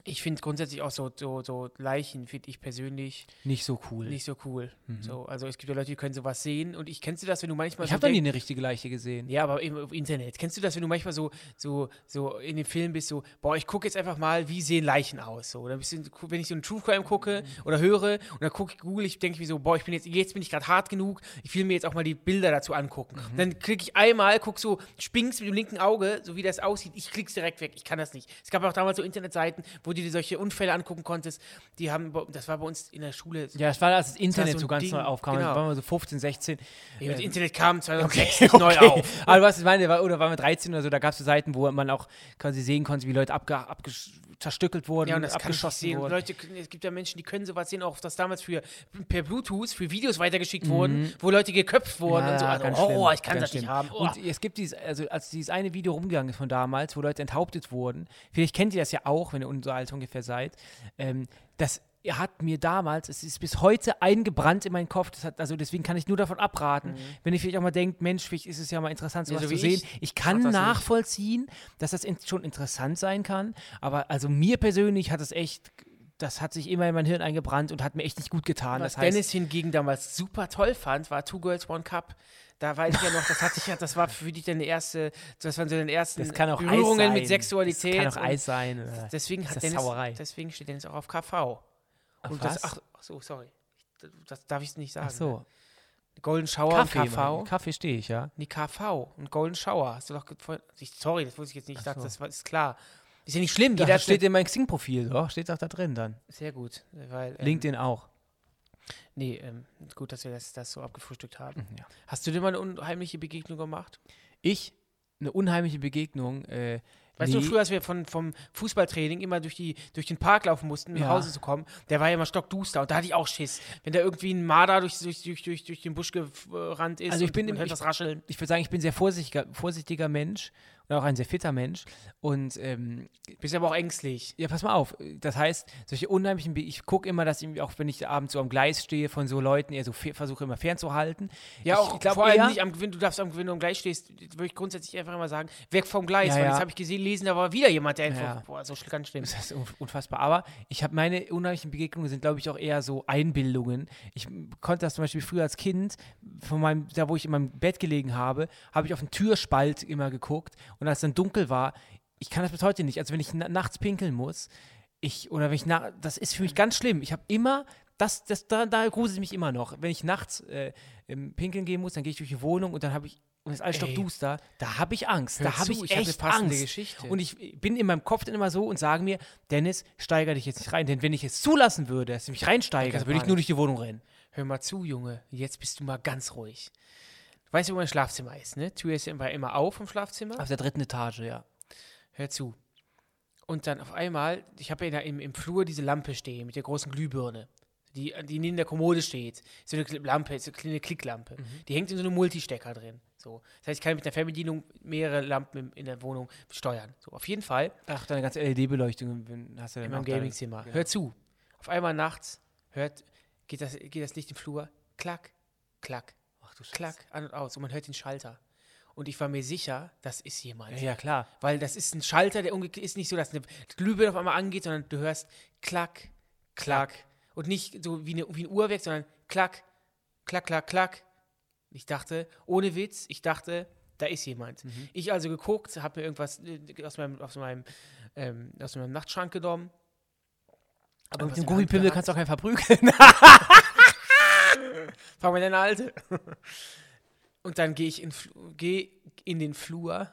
S2: Ich finde grundsätzlich auch so, so, so Leichen, finde ich persönlich
S3: Nicht so cool.
S2: nicht so cool. So, also es gibt ja Leute, die können sowas sehen und ich kennst du das, wenn du manchmal
S3: ich
S2: so
S3: habe noch nie
S2: denk-
S3: eine richtige Leiche gesehen.
S2: ja, aber im, im Internet. Kennst du das, wenn du manchmal so, so, so in den Filmen bist, so, boah, ich gucke jetzt einfach mal, wie sehen Leichen aus? So, oder ein bisschen, wenn ich so einen True Crime gucke oder höre und dann gucke ich, google ich, denke ich mir so, boah, ich bin jetzt, jetzt bin ich gerade hart genug, ich will mir jetzt auch mal die Bilder dazu angucken.
S3: Mhm.
S2: Dann klicke ich einmal, guck so, spinkst mit dem linken Auge, so wie das aussieht, ich klick's direkt weg, ich kann das nicht. Es gab auch damals so Internetseiten, wo du dir solche Unfälle angucken konntest, die haben, das war bei uns in der Schule, so,
S3: Ja, es war, als das Internet
S2: so
S3: so,
S2: ein
S3: ganz
S2: Ding,
S3: neu aufkam.
S2: genau.
S3: Da waren wir so 15, 16.
S2: das
S3: ähm,
S2: Internet kam 2006
S3: Okay, okay.
S2: neu auf.
S3: Aber was ich meine, war- oder waren wir 13 oder so, da gab es so Seiten, wo man auch quasi sehen konnte, wie Leute abge abgesch- zerstückelt wurden,
S2: Ja, und das kann ich
S3: abgeschossen
S2: sehen.
S3: wurden.
S2: Leute, es gibt ja Menschen, die können sowas sehen, auch dass damals für, per Bluetooth für Videos weitergeschickt wurden, wo Leute geköpft wurden und so. Also,
S3: Mhm. ganz
S2: oh,
S3: schlimm,
S2: ich kann
S3: ganz
S2: das
S3: schlimm.
S2: nicht haben. Oh.
S3: Und es gibt dieses, also als dieses eine Video rumgegangen ist von damals, wo Leute enthauptet wurden, vielleicht kennt ihr das ja auch, wenn ihr unser Alter ungefähr seid, ähm, das hat mir damals, es ist bis heute eingebrannt in meinen Kopf, das hat, also deswegen kann ich nur davon abraten, wenn ich vielleicht auch mal denke, Mensch, vielleicht ist es ja mal interessant, sowas
S2: Mhm. so
S3: zu
S2: wie
S3: sehen.
S2: ich
S3: Ich, kann
S2: mach das nicht.
S3: nachvollziehen, dass das in, schon interessant sein kann, aber also mir persönlich hat es echt das hat sich immer in mein Hirn eingebrannt und hat mir echt nicht gut getan.
S2: Was
S3: das heißt,
S2: Dennis hingegen damals super toll fand, war Two Girls One Cup. Da war ich ja noch, das hatte ich ja, das war für dich deine erste, das waren so deine ersten
S3: das kann auch Eis
S2: Berührungen
S3: sein.
S2: mit Sexualität.
S3: Das kann auch
S2: und
S3: Eis sein. Oder
S2: Deswegen
S3: ist
S2: hat
S3: das
S2: Dennis,
S3: Sauerei?
S2: deswegen steht Dennis auch auf KV. Und
S3: was?
S2: das, ach, ach so, sorry. Ich- Das darf ich nicht sagen.
S3: Ach so.
S2: ne? Golden Shower
S3: äh, Kaffee,
S2: und KV.
S3: Mann. Kaffee stehe ich, ja.
S2: Nee, KV und Golden Shower. Hast du doch ge- vorhin- ich, sorry, das wusste ich jetzt nicht. Ich dachte,
S3: so.
S2: das war, ist klar. Ist ja nicht schlimm.
S3: Da
S2: Jeder hat
S3: steht in meinem Xing-Profil, doch, steht auch da drin dann.
S2: sehr gut, weil ähm,
S3: LinkedIn auch.
S2: Nee, ähm, gut, dass wir das, das so abgefrühstückt haben.
S3: Mhm, ja.
S2: Hast du dir mal eine unheimliche Begegnung gemacht?
S3: Ich, eine unheimliche Begegnung. Äh,
S2: Weißt du,
S3: nee.
S2: früher, als wir von, vom Fußballtraining immer durch, die, durch den Park laufen mussten, um
S3: Ja.
S2: nach Hause zu kommen, der war ja immer stockduster und da hatte ich auch Schiss. Wenn da irgendwie ein Marder durch, durch, durch, durch, durch den Busch gerannt ist
S3: Also ich
S2: und
S3: bin
S2: man
S3: im-
S2: hört
S3: ich-
S2: das Rascheln.
S3: ich würde sagen, ich bin sehr vorsichtiger, vorsichtiger Mensch und auch ein sehr fitter Mensch. Und ähm,
S2: Bist aber auch ängstlich.
S3: ja, pass mal auf. Das heißt, solche unheimlichen, Be ich gucke immer, dass ich, auch wenn ich abends so am Gleis stehe, von so Leuten eher so fe- versuche immer fernzuhalten.
S2: Ja,
S3: ich,
S2: auch
S3: ich glaub
S2: vor allem
S3: eher-
S2: nicht am Gewinn, du darfst am Gewinn, wenn du am Gleis stehst, würde ich grundsätzlich einfach immer sagen, weg vom Gleis,
S3: Ja,
S2: weil
S3: ja.
S2: jetzt habe ich gesehen, lesen, da war wieder jemand, der einfach,
S3: Ja.
S2: boah, so schl- ganz schlimm.
S3: Das ist unf- unfassbar. Aber ich habe meine unheimlichen Begegnungen sind, glaube ich, auch eher so Einbildungen. Ich m, konnte das zum Beispiel früher als Kind, von meinem, da wo ich in meinem Bett gelegen habe, habe ich auf den Türspalt immer geguckt. Und als es dann dunkel war, ich kann das bis heute nicht. Also wenn ich na nachts pinkeln muss, ich, oder wenn ich na das ist für mich ganz schlimm. Ich habe immer, das, das, da, da gruselt mich immer noch. Wenn ich nachts äh, ähm, pinkeln gehen muss, dann gehe ich durch die Wohnung und dann habe ich, und es ist alles
S2: Ey.
S3: stockduster, da habe ich Angst.
S2: Hör
S3: da habe
S2: zu, ich
S3: ich
S2: hab eine
S3: echt
S2: passende
S3: Angst.
S2: Geschichte.
S3: Und ich bin in meinem Kopf dann immer so und sage mir, Dennis, steiger dich jetzt nicht rein. Denn wenn ich es zulassen würde, dass ich mich reinsteige,
S2: kriegst du
S3: würde ich
S2: Panik.
S3: nur durch die Wohnung rennen.
S2: Hör mal zu, Junge, jetzt bist du mal ganz ruhig. Du weißt ja, wo mein Schlafzimmer ist, ne? Tür ist ja immer- immer auf im Schlafzimmer.
S3: Auf der dritten Etage, ja.
S2: hör zu. Und dann auf einmal, ich habe ja in der- im, im Flur diese Lampe stehen mit der großen Glühbirne, die, die neben der Kommode steht. So eine Kl- Lampe, so eine kleine Klicklampe.
S3: Mhm.
S2: Die hängt in so einem Multistecker drin. So. Das heißt, ich kann mit der Fernbedienung mehrere Lampen im, in der Wohnung steuern. So, auf jeden Fall
S3: Ach, deine ganze LED-Beleuchtung wenn- hast du dann
S2: in
S3: auch
S2: meinem
S3: deine-
S2: Gaming-Zimmer.
S3: Ja.
S2: Hör zu. Auf einmal nachts hört, geht, das, geht das Licht im Flur. Klack, klack,
S3: Ach du Scheiße.
S2: klack, an und aus. Und man hört den Schalter. Und ich war mir sicher, das ist jemand.
S3: Ja, ja, klar.
S2: Weil das ist ein Schalter, der umgekehrt ist nicht so, dass eine Glühbirne auf einmal angeht, sondern du hörst klack, klack. Und nicht so wie, eine, wie ein Uhrwerk, sondern klack, klack, klack, klack. Ich dachte, ohne Witz, ich dachte, da ist jemand.
S3: Mhm.
S2: Ich also geguckt, habe mir irgendwas äh, aus meinem, aus meinem, ähm, aus meinem Nachtschrank genommen.
S3: Aber
S2: was in
S3: mit dem
S2: der Hand
S3: Gummipimmel
S2: gehabt.
S3: kannst du auch keinen verprügeln.
S2: Frag mal deine Alte. Und dann gehe ich in, Fl- geh in den Flur.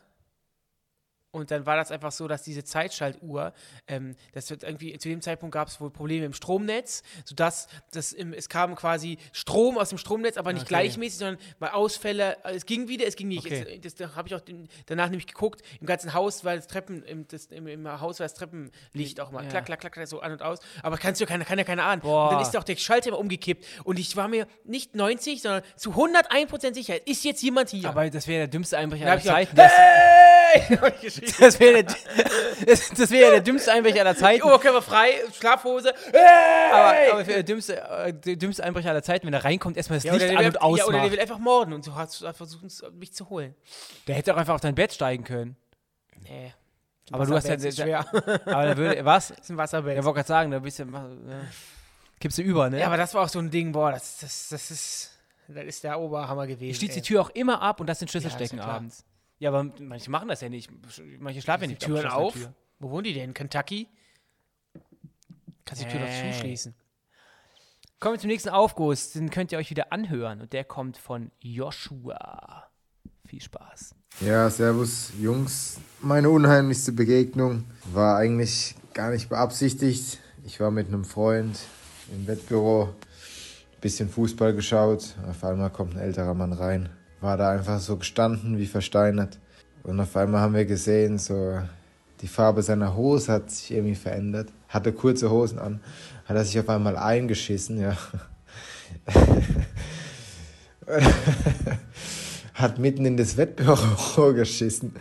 S2: Und dann war das einfach so, dass diese Zeitschaltuhr, ähm, das wird irgendwie, zu dem Zeitpunkt gab es wohl Probleme im Stromnetz, sodass das im, es kam quasi Strom aus dem Stromnetz, aber nicht
S3: Ah, Okay.
S2: gleichmäßig, sondern mal Ausfälle, äh, es ging wieder, es ging nicht.
S3: Okay.
S2: Es, das, da habe ich auch den, danach nämlich geguckt, im ganzen Haus war das Treppen, im, das, im, im Haus war das Treppenlicht auch mal.
S3: Ja.
S2: Klack, klack, klack, klack, so an und aus. Aber kannst du keine, kann ja keine Ahnung.
S3: Boah.
S2: Und dann ist doch der Schalter immer umgekippt. Und ich war mir nicht 90, sondern zu 101% sicher, ist jetzt jemand hier.
S3: Aber das wäre der dümmste Einbrecher
S2: Da hab
S3: aller
S2: ich gesagt,
S3: Zeiten. Das,
S2: hey!
S3: das wäre der, Oh, das, das wäre der dümmste Einbrecher aller Zeiten.
S2: Oberkörper frei, Schlafhose. Hey!
S3: Aber, aber für der dümmste, äh, der dümmste Einbrecher aller Zeiten, wenn er reinkommt, erstmal das
S2: ja, oder,
S3: Licht
S2: der
S3: an
S2: will,
S3: und aus
S2: ja, oder der
S3: macht.
S2: will einfach morden und so hat versucht, uns- äh, mich zu holen.
S3: Der hätte auch einfach auf dein Bett steigen können.
S2: Nee.
S3: Aber du hast ja-
S2: Wasserbett ist schwer.
S3: Aber der würde, was?
S2: ist ein Wasserbett.
S3: Ja, wollte gerade sagen, da bist du, ja, kippst du über, ne?
S2: Ja, aber das war auch so ein Ding, boah, das, das, das ist. Das ist der Oberhammer gewesen.
S3: Hier schließt die
S2: ey.
S3: Tür auch immer ab und lass den Schlüssel
S2: Ja, ist ja
S3: stecken
S2: klar.
S3: abends. Ja, aber manche machen das ja nicht. Manche schlafen ja
S2: die
S3: nicht.
S2: Türen
S3: mit
S2: auf.
S3: geschlossener Tür.
S2: Wo wohnen die denn? In Kentucky? Kannst die Tür
S3: Hey.
S2: doch zuschließen.
S3: Kommen wir zum nächsten Aufguss, den könnt ihr euch wieder anhören. Und der kommt von Joshua. Viel Spaß.
S6: Ja, servus Jungs. Meine unheimlichste Begegnung war eigentlich gar nicht beabsichtigt. Ich war mit einem Freund im Wettbüro, bisschen Fußball geschaut. Auf einmal kommt ein älterer Mann rein. War da einfach so gestanden wie versteinert. Und auf einmal haben wir gesehen, so die Farbe seiner Hose hat sich irgendwie verändert. Hatte kurze Hosen an, hat er sich auf einmal eingeschissen, ja. Hat mitten in das Wettbüro geschissen.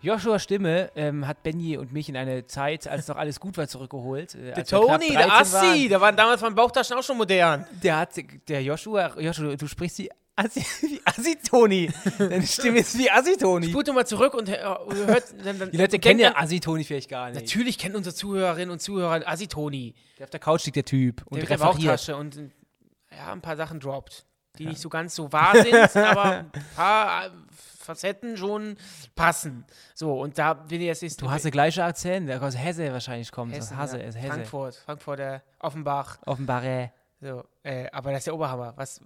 S3: Joshua Stimme ähm, hat Benji und mich in eine Zeit, als noch alles gut war, zurückgeholt. Äh,
S2: Der
S3: als wir knapp
S2: Tony, der
S3: 13
S2: Assi, der waren damals waren Bauchtaschen auch schon modern.
S3: waren. Der hat, der Joshua, Joshua, du sprichst die Assi, wie Assi-Toni. Deine Stimme ist wie Assi-Toni.
S2: Spult nochmal zurück und äh, hört. Dann, dann,
S3: Die Leute
S2: denkt
S3: kennen ja
S2: dann-
S3: Assi-Toni vielleicht gar nicht.
S2: Natürlich kennen unsere Zuhörerinnen und Zuhörer Asitoni.
S3: Der auf der Couch liegt der Typ und
S2: Der mit der
S3: referiert.
S2: Bauchtasche und äh, ja, ein paar Sachen droppt, die nicht so ganz so wahr sind, aber ein paar äh, Facetten schon passen. So, und da will ich jetzt nicht.
S3: Du also hast den gleichen Akzent, der aus Hesse wahrscheinlich kommt.
S2: Hessen,
S3: Hesse,
S2: ja.
S3: ist Hesse.
S2: Frankfurt, Frankfurter, Offenbach.
S3: Offenbare.
S2: So, äh, aber das ist der Oberhammer. Was,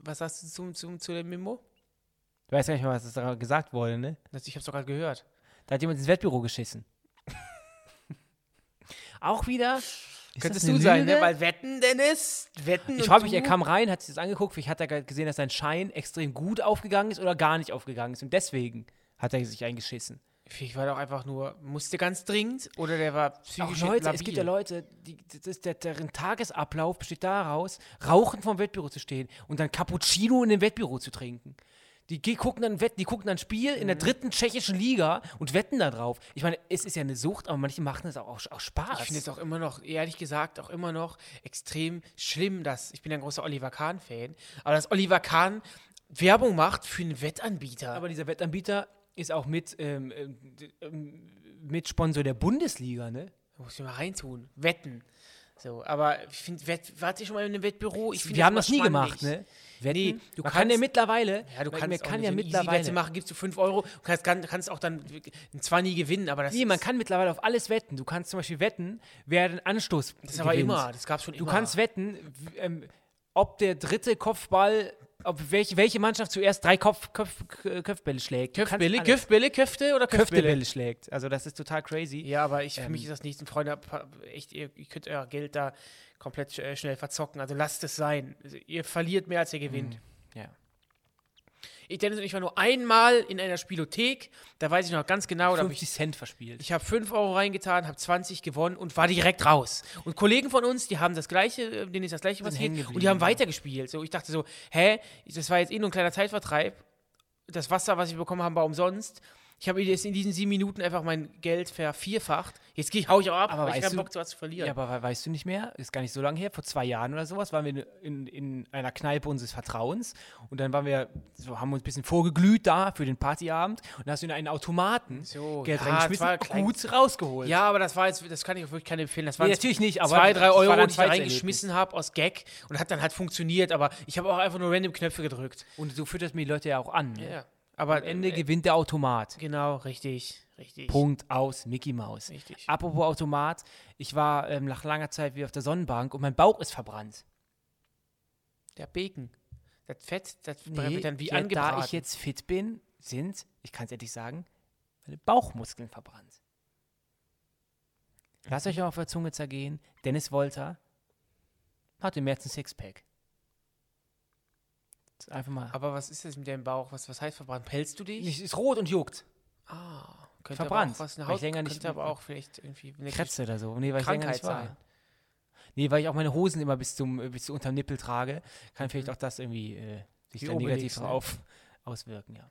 S2: was sagst du zum, zum, zu dem Memo?
S3: Du weißt gar nicht mehr, was da gesagt wurde, ne?
S2: Das- Ich hab's doch gerade gehört.
S3: Da hat jemand ins Wettbüro geschissen. Auch wieder.
S2: Könntest du sein, ne? Weil Wetten, Dennis? Wetten.
S3: ich
S2: und
S3: frage mich,
S2: du?
S3: er kam rein, hat sich das angeguckt, vielleicht hat er ge- gesehen, dass sein Schein extrem gut aufgegangen ist oder gar nicht aufgegangen ist. Und deswegen hat er sich eingeschissen.
S2: Ich war doch einfach nur, musste ganz dringend oder der war
S3: Auch
S2: psychisch
S3: Leute,
S2: labil.
S3: es gibt ja Leute, die, das ist der, deren Tagesablauf besteht daraus, rauchen vom Wettbüro zu stehen und dann Cappuccino in dem Wettbüro zu trinken. Die ge- gucken dann Wett, die gucken dann Spiel in der
S2: Mhm.
S3: dritten tschechischen Liga und wetten da drauf. Ich meine, es ist ja eine Sucht, aber manche machen das auch, auch, auch Spaß.
S2: Ich finde es auch immer noch, ehrlich gesagt, auch immer noch extrem schlimm, dass ich bin ja ein großer Oliver Kahn-Fan, aber dass Oliver Kahn Werbung macht für einen Wettanbieter.
S3: aber dieser Wettanbieter ist auch mit, ähm, ähm, d- ähm, mit Sponsor der Bundesliga, ne?
S2: da muss ich mal reintun. Wetten. So, aber ich finde, Wett, warte ich schon mal in einem Wettbüro? Ich find
S3: Wir haben das nie
S2: immer
S3: gemacht,
S2: schwammig.
S3: ne? Wetten,
S2: Nee,
S3: du
S2: man
S3: kannst ja
S2: kann's-
S3: mittlerweile,
S2: Ja, du
S3: man-
S2: kannst,
S3: man
S2: auch
S3: kann
S2: mit
S3: ja
S2: so
S3: mittlerweile
S2: Easy-Wette machen, gibst du 5 Euro und kannst, kann, kannst auch dann zwar nie gewinnen, aber das
S3: Nee,
S2: ist,
S3: man kann mittlerweile auf alles wetten. Du kannst zum Beispiel wetten, wer den Anstoß
S2: das ist aber
S3: gewinnt.
S2: immer, das gab schon
S3: Du
S2: immer.
S3: kannst wetten, w- ähm, ob der dritte Kopfball, ob welche, welche Mannschaft zuerst drei Kopf, Köpf, K- Köpfbälle schlägt. Du kannst
S2: Köftbälle,
S3: alles-
S2: Köftbälle, Köfte oder Köftbälle?
S3: Köftebälle schlägt. Also das ist total crazy.
S2: Ja, aber ich, für
S3: Ähm,
S2: mich ist das nichts. Und Freunde, pa- echt, ihr, ihr könnt euer Geld da komplett sch- äh, schnell verzocken. Also lasst es sein. Also Ihr verliert mehr, als ihr gewinnt.
S3: Mhm. ja.
S2: Ich, Dennis und ich war nur einmal in einer Spielothek. Da weiß ich noch ganz genau, da hab ich,
S3: 50 Cent verspielt.
S2: ich habe 5 Euro reingetan, habe 20 gewonnen und war direkt raus. Und Kollegen von uns, die haben das Gleiche, äh, denen ist das Gleiche
S3: Sind
S2: passiert
S3: hängen
S2: und die haben
S3: geblieben, ja.
S2: weitergespielt. So, ich dachte so, hä, das war jetzt eh nur ein kleiner Zeitvertreib. Das Wasser, was ich bekommen habe, war umsonst. Ich habe jetzt in diesen sieben Minuten einfach mein Geld vervierfacht. Jetzt geh ich, hau ich auch ab,
S3: Aber
S2: weil ich
S3: weißt
S2: keinen
S3: du-
S2: Bock zu was zu verlieren.
S3: Ja, aber we- weißt du nicht mehr, ist gar nicht so lange her, vor zwei Jahren oder sowas, waren wir in, in einer Kneipe unseres Vertrauens und dann waren wir, so haben uns ein bisschen vorgeglüht da für den Partyabend und da hast du in einen Automaten
S2: So,
S3: Geld
S2: ja,
S3: reingeschmissen,
S2: es war klein-
S3: gut rausgeholt.
S2: Ja, aber das war jetzt, das kann ich auch wirklich keinem empfehlen. Das waren
S3: Nee, natürlich nicht, aber
S2: zwei, drei
S3: das war
S2: Euro,
S3: ein
S2: die ich da
S3: zweites
S2: reingeschmissen habe aus Gag und hat dann halt funktioniert, aber ich habe auch einfach nur random Knöpfe gedrückt.
S3: Und so führt das mir die Leute ja auch an. ne?
S2: Ja. Äh, Aber
S3: Am Ende gewinnt der Automat.
S2: Genau, richtig, richtig.
S3: Punkt aus Mickey Maus.
S2: Richtig.
S3: Apropos Automat, ich war ähm, nach langer Zeit wieder auf der Sonnenbank und mein Bauch ist verbrannt.
S2: Der Bacon. Das Fett, das wird dann wie
S3: ja,
S2: angebraten.
S3: da ich jetzt fit bin, sind, ich kann es ehrlich sagen, meine Bauchmuskeln verbrannt. Lasst euch auf der Zunge zergehen. Dennis Wolter hat im März ein Sixpack. Ist Einfach mal.
S2: aber was ist das mit deinem Bauch? Was, was heißt verbrannt? Pellst du dich?
S3: Nicht- ist rot und juckt.
S2: Ah, könnte
S3: Verbrannt,
S2: Aber auch was eine
S3: weil ich
S2: Haut,
S3: länger nicht-
S2: könnte aber auch vielleicht irgendwie eine
S3: Krebs oder so. Nee, weil ich länger nicht
S2: Krankheit
S3: war.
S2: sein.
S3: Nee, weil ich auch meine Hosen immer bis zum äh, bis zu unterm Nippel trage, kann vielleicht auch das irgendwie äh, sich
S2: Mhm. Wie
S3: dann negativ
S2: Obelix, ne?
S3: auf, auswirken, ja.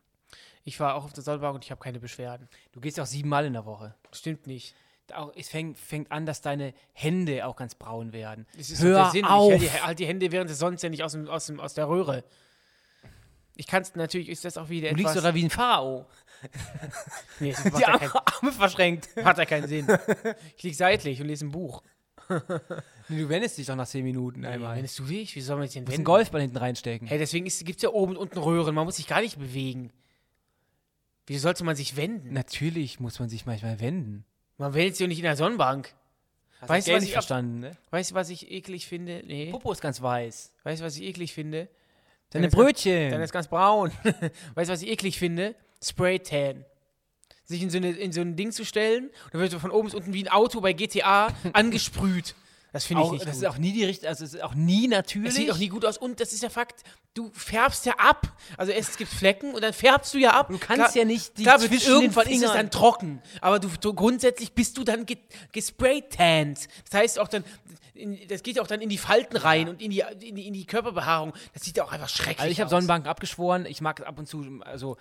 S2: Ich war auch auf der Sonnenbank und ich habe keine Beschwerden.
S3: Du gehst ja auch siebenmal in der Woche.
S2: Stimmt nicht.
S3: Auch, es fängt, fängt an, dass deine Hände auch ganz braun werden.
S2: Das ist
S3: Hör
S2: doch der Sinn.
S3: auf!
S2: Ich halte die, halt die Hände während des Sonnens ja nicht aus, dem, aus, dem, aus der Röhre. Ich kann es natürlich, ist das auch wieder
S3: du
S2: etwas...
S3: liegst doch da wie ein Pharao.
S2: nee, das macht,
S3: Die
S2: ja
S3: Arme,
S2: keinen,
S3: Arme verschränkt.
S2: macht ja keinen Sinn. Ich liege seitlich und lese ein Buch.
S3: Nee, du wendest dich doch nach zehn Minuten einmal. Du
S2: Wennest du dich? Wie soll man sich denn
S3: musst einen
S2: wenden?
S3: Golfball hinten reinstecken.
S2: Hey, deswegen gibt es ja oben und unten Röhren. Man muss sich gar nicht bewegen. Wieso sollte man sich wenden?
S3: Natürlich muss man sich manchmal wenden.
S2: Man wendet sich doch nicht in der Sonnenbank.
S3: Hast
S2: Weißt du,
S3: Geld
S2: was
S3: nicht
S2: ich ab-
S3: verstanden, ne?
S2: Weißt du, was ich eklig finde? Nee.
S3: Popo ist ganz weiß.
S2: Weißt du, was ich eklig finde?
S3: Deine
S2: ist ganz-
S3: Brötchen.
S2: Dann ist ganz braun. weißt du, was ich eklig finde? Spray Tan. Sich in so, eine, in so ein Ding zu stellen, dann wird so von oben bis unten wie ein Auto bei GTA angesprüht. Das finde ich
S3: auch,
S2: nicht
S3: das
S2: gut.
S3: ist auch nie die richtige, also es ist auch nie natürlich.
S2: Es sieht auch nie gut aus und das ist der Fakt, du färbst ja ab. Also es gibt Flecken und dann färbst du ja ab.
S3: Du kannst ja nicht die
S2: klar, wird-
S3: zwischen den
S2: irgendwann ist es
S3: Fingern-
S2: dann trocken, aber du, du grundsätzlich bist du dann ge, gespraytanned. Das heißt auch dann in, das geht ja auch dann in die Falten rein und in die, in die in die Körperbehaarung. Das sieht ja auch einfach schrecklich
S3: Also ich habe
S2: aus.
S3: Sonnenbanken abgeschworen. Ich mag ab und zu, also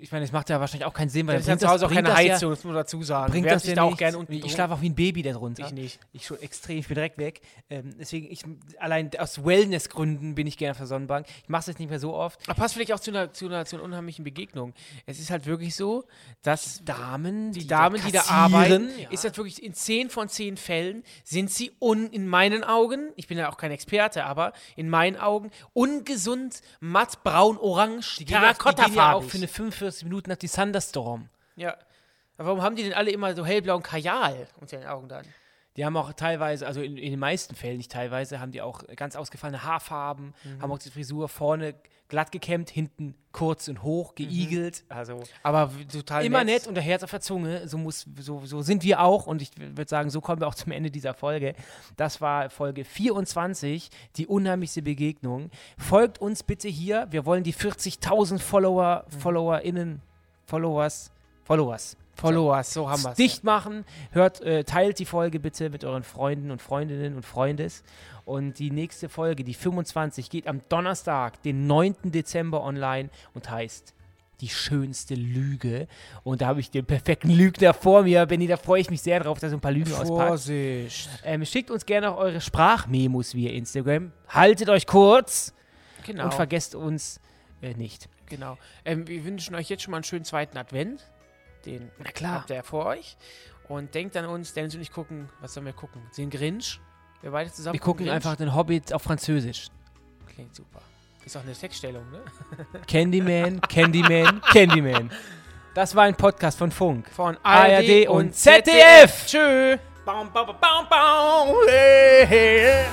S3: Ich meine, es macht ja wahrscheinlich auch keinen Sinn, weil
S2: Das ist
S3: dann
S2: ja
S3: bringt
S2: zu Hause auch
S3: bringt
S2: keine
S3: das ja-
S2: Heizung, das muss man dazu sagen.
S3: Bringt
S2: Wärmt
S3: das
S2: sich
S3: ja
S2: da auch
S3: nichts.
S2: gern unten
S3: Ich
S2: drum.
S3: schlafe auch wie ein Baby darunter.
S2: Ich nicht.
S3: Ich schon extrem, ich bin direkt weg. Ähm, deswegen, ich, allein aus Wellnessgründen bin ich gerne auf der Sonnenbank. Ich mache es jetzt nicht mehr so oft.
S2: Aber passt vielleicht auch zu einer, zu, einer, zu einer unheimlichen Begegnung. Es ist halt wirklich so, dass
S3: Damen,
S2: die Damen, die da
S3: kassieren,
S2: arbeiten,
S3: ja.
S2: ist das wirklich in 10 von 10 Fällen, sind sie un, in meinen Augen, ich bin ja auch kein Experte, aber in meinen Augen ungesund, matt, braun, orange,
S3: gehen ja- die gehen ja auch für
S2: terrakottafarbig.
S3: eine 45 Minuten nach die Thunderstorm.
S2: Ja. Aber warum haben die denn alle immer so hellblauen Kajal unter den Augen dann?
S3: Die haben auch teilweise, also in, in den meisten Fällen, nicht teilweise, haben die auch ganz ausgefallene Haarfarben, haben auch die Frisur vorne glatt gekämmt, hinten kurz und hoch, geigelt. Mhm. Also
S2: Aber w- total
S3: immer nett und der Herz auf der Zunge. So, muss, so, so sind wir auch. Und ich würde sagen, so kommen wir auch zum Ende dieser Folge. Das war Folge 24, die unheimlichste Begegnung. Folgt uns bitte hier. Wir wollen die 40.000 Follower, FollowerInnen, Followers, Followers
S2: Followers, so haben wir es.
S3: dicht machen. Hört, äh, teilt die Folge bitte mit euren Freunden und Freundinnen und Freundes. Und die nächste Folge, die 25, geht am Donnerstag, den 9. Dezember online und heißt die schönste Lüge. Und da habe ich den perfekten Lügner vor mir. Benny, da freue ich mich sehr drauf, dass du ein paar Lügen auspackt.
S2: Vorsicht.
S3: Ähm, schickt uns gerne auch eure Sprachmemos via Instagram. Haltet euch kurz
S2: Genau.
S3: und vergesst uns äh, nicht.
S2: Genau. Ähm, wir wünschen euch jetzt schon mal einen schönen zweiten Advent. Den
S3: Na klar.
S2: habt ihr ja vor euch. Und denkt an uns, Dennis und ich gucken, was sollen wir gucken? Den Grinch? Wir beide zusammen.
S3: Wir gucken
S2: Grinch?
S3: einfach den Hobbit auf Französisch.
S2: Klingt super. Ist auch eine Textstellung, ne?
S3: Candyman, Candyman, Candyman. Das war ein Podcast von Funk.
S2: Von
S3: ARD und ZDF.
S2: Tschüss.
S3: Baum, baum, baum, baum, hey, hey.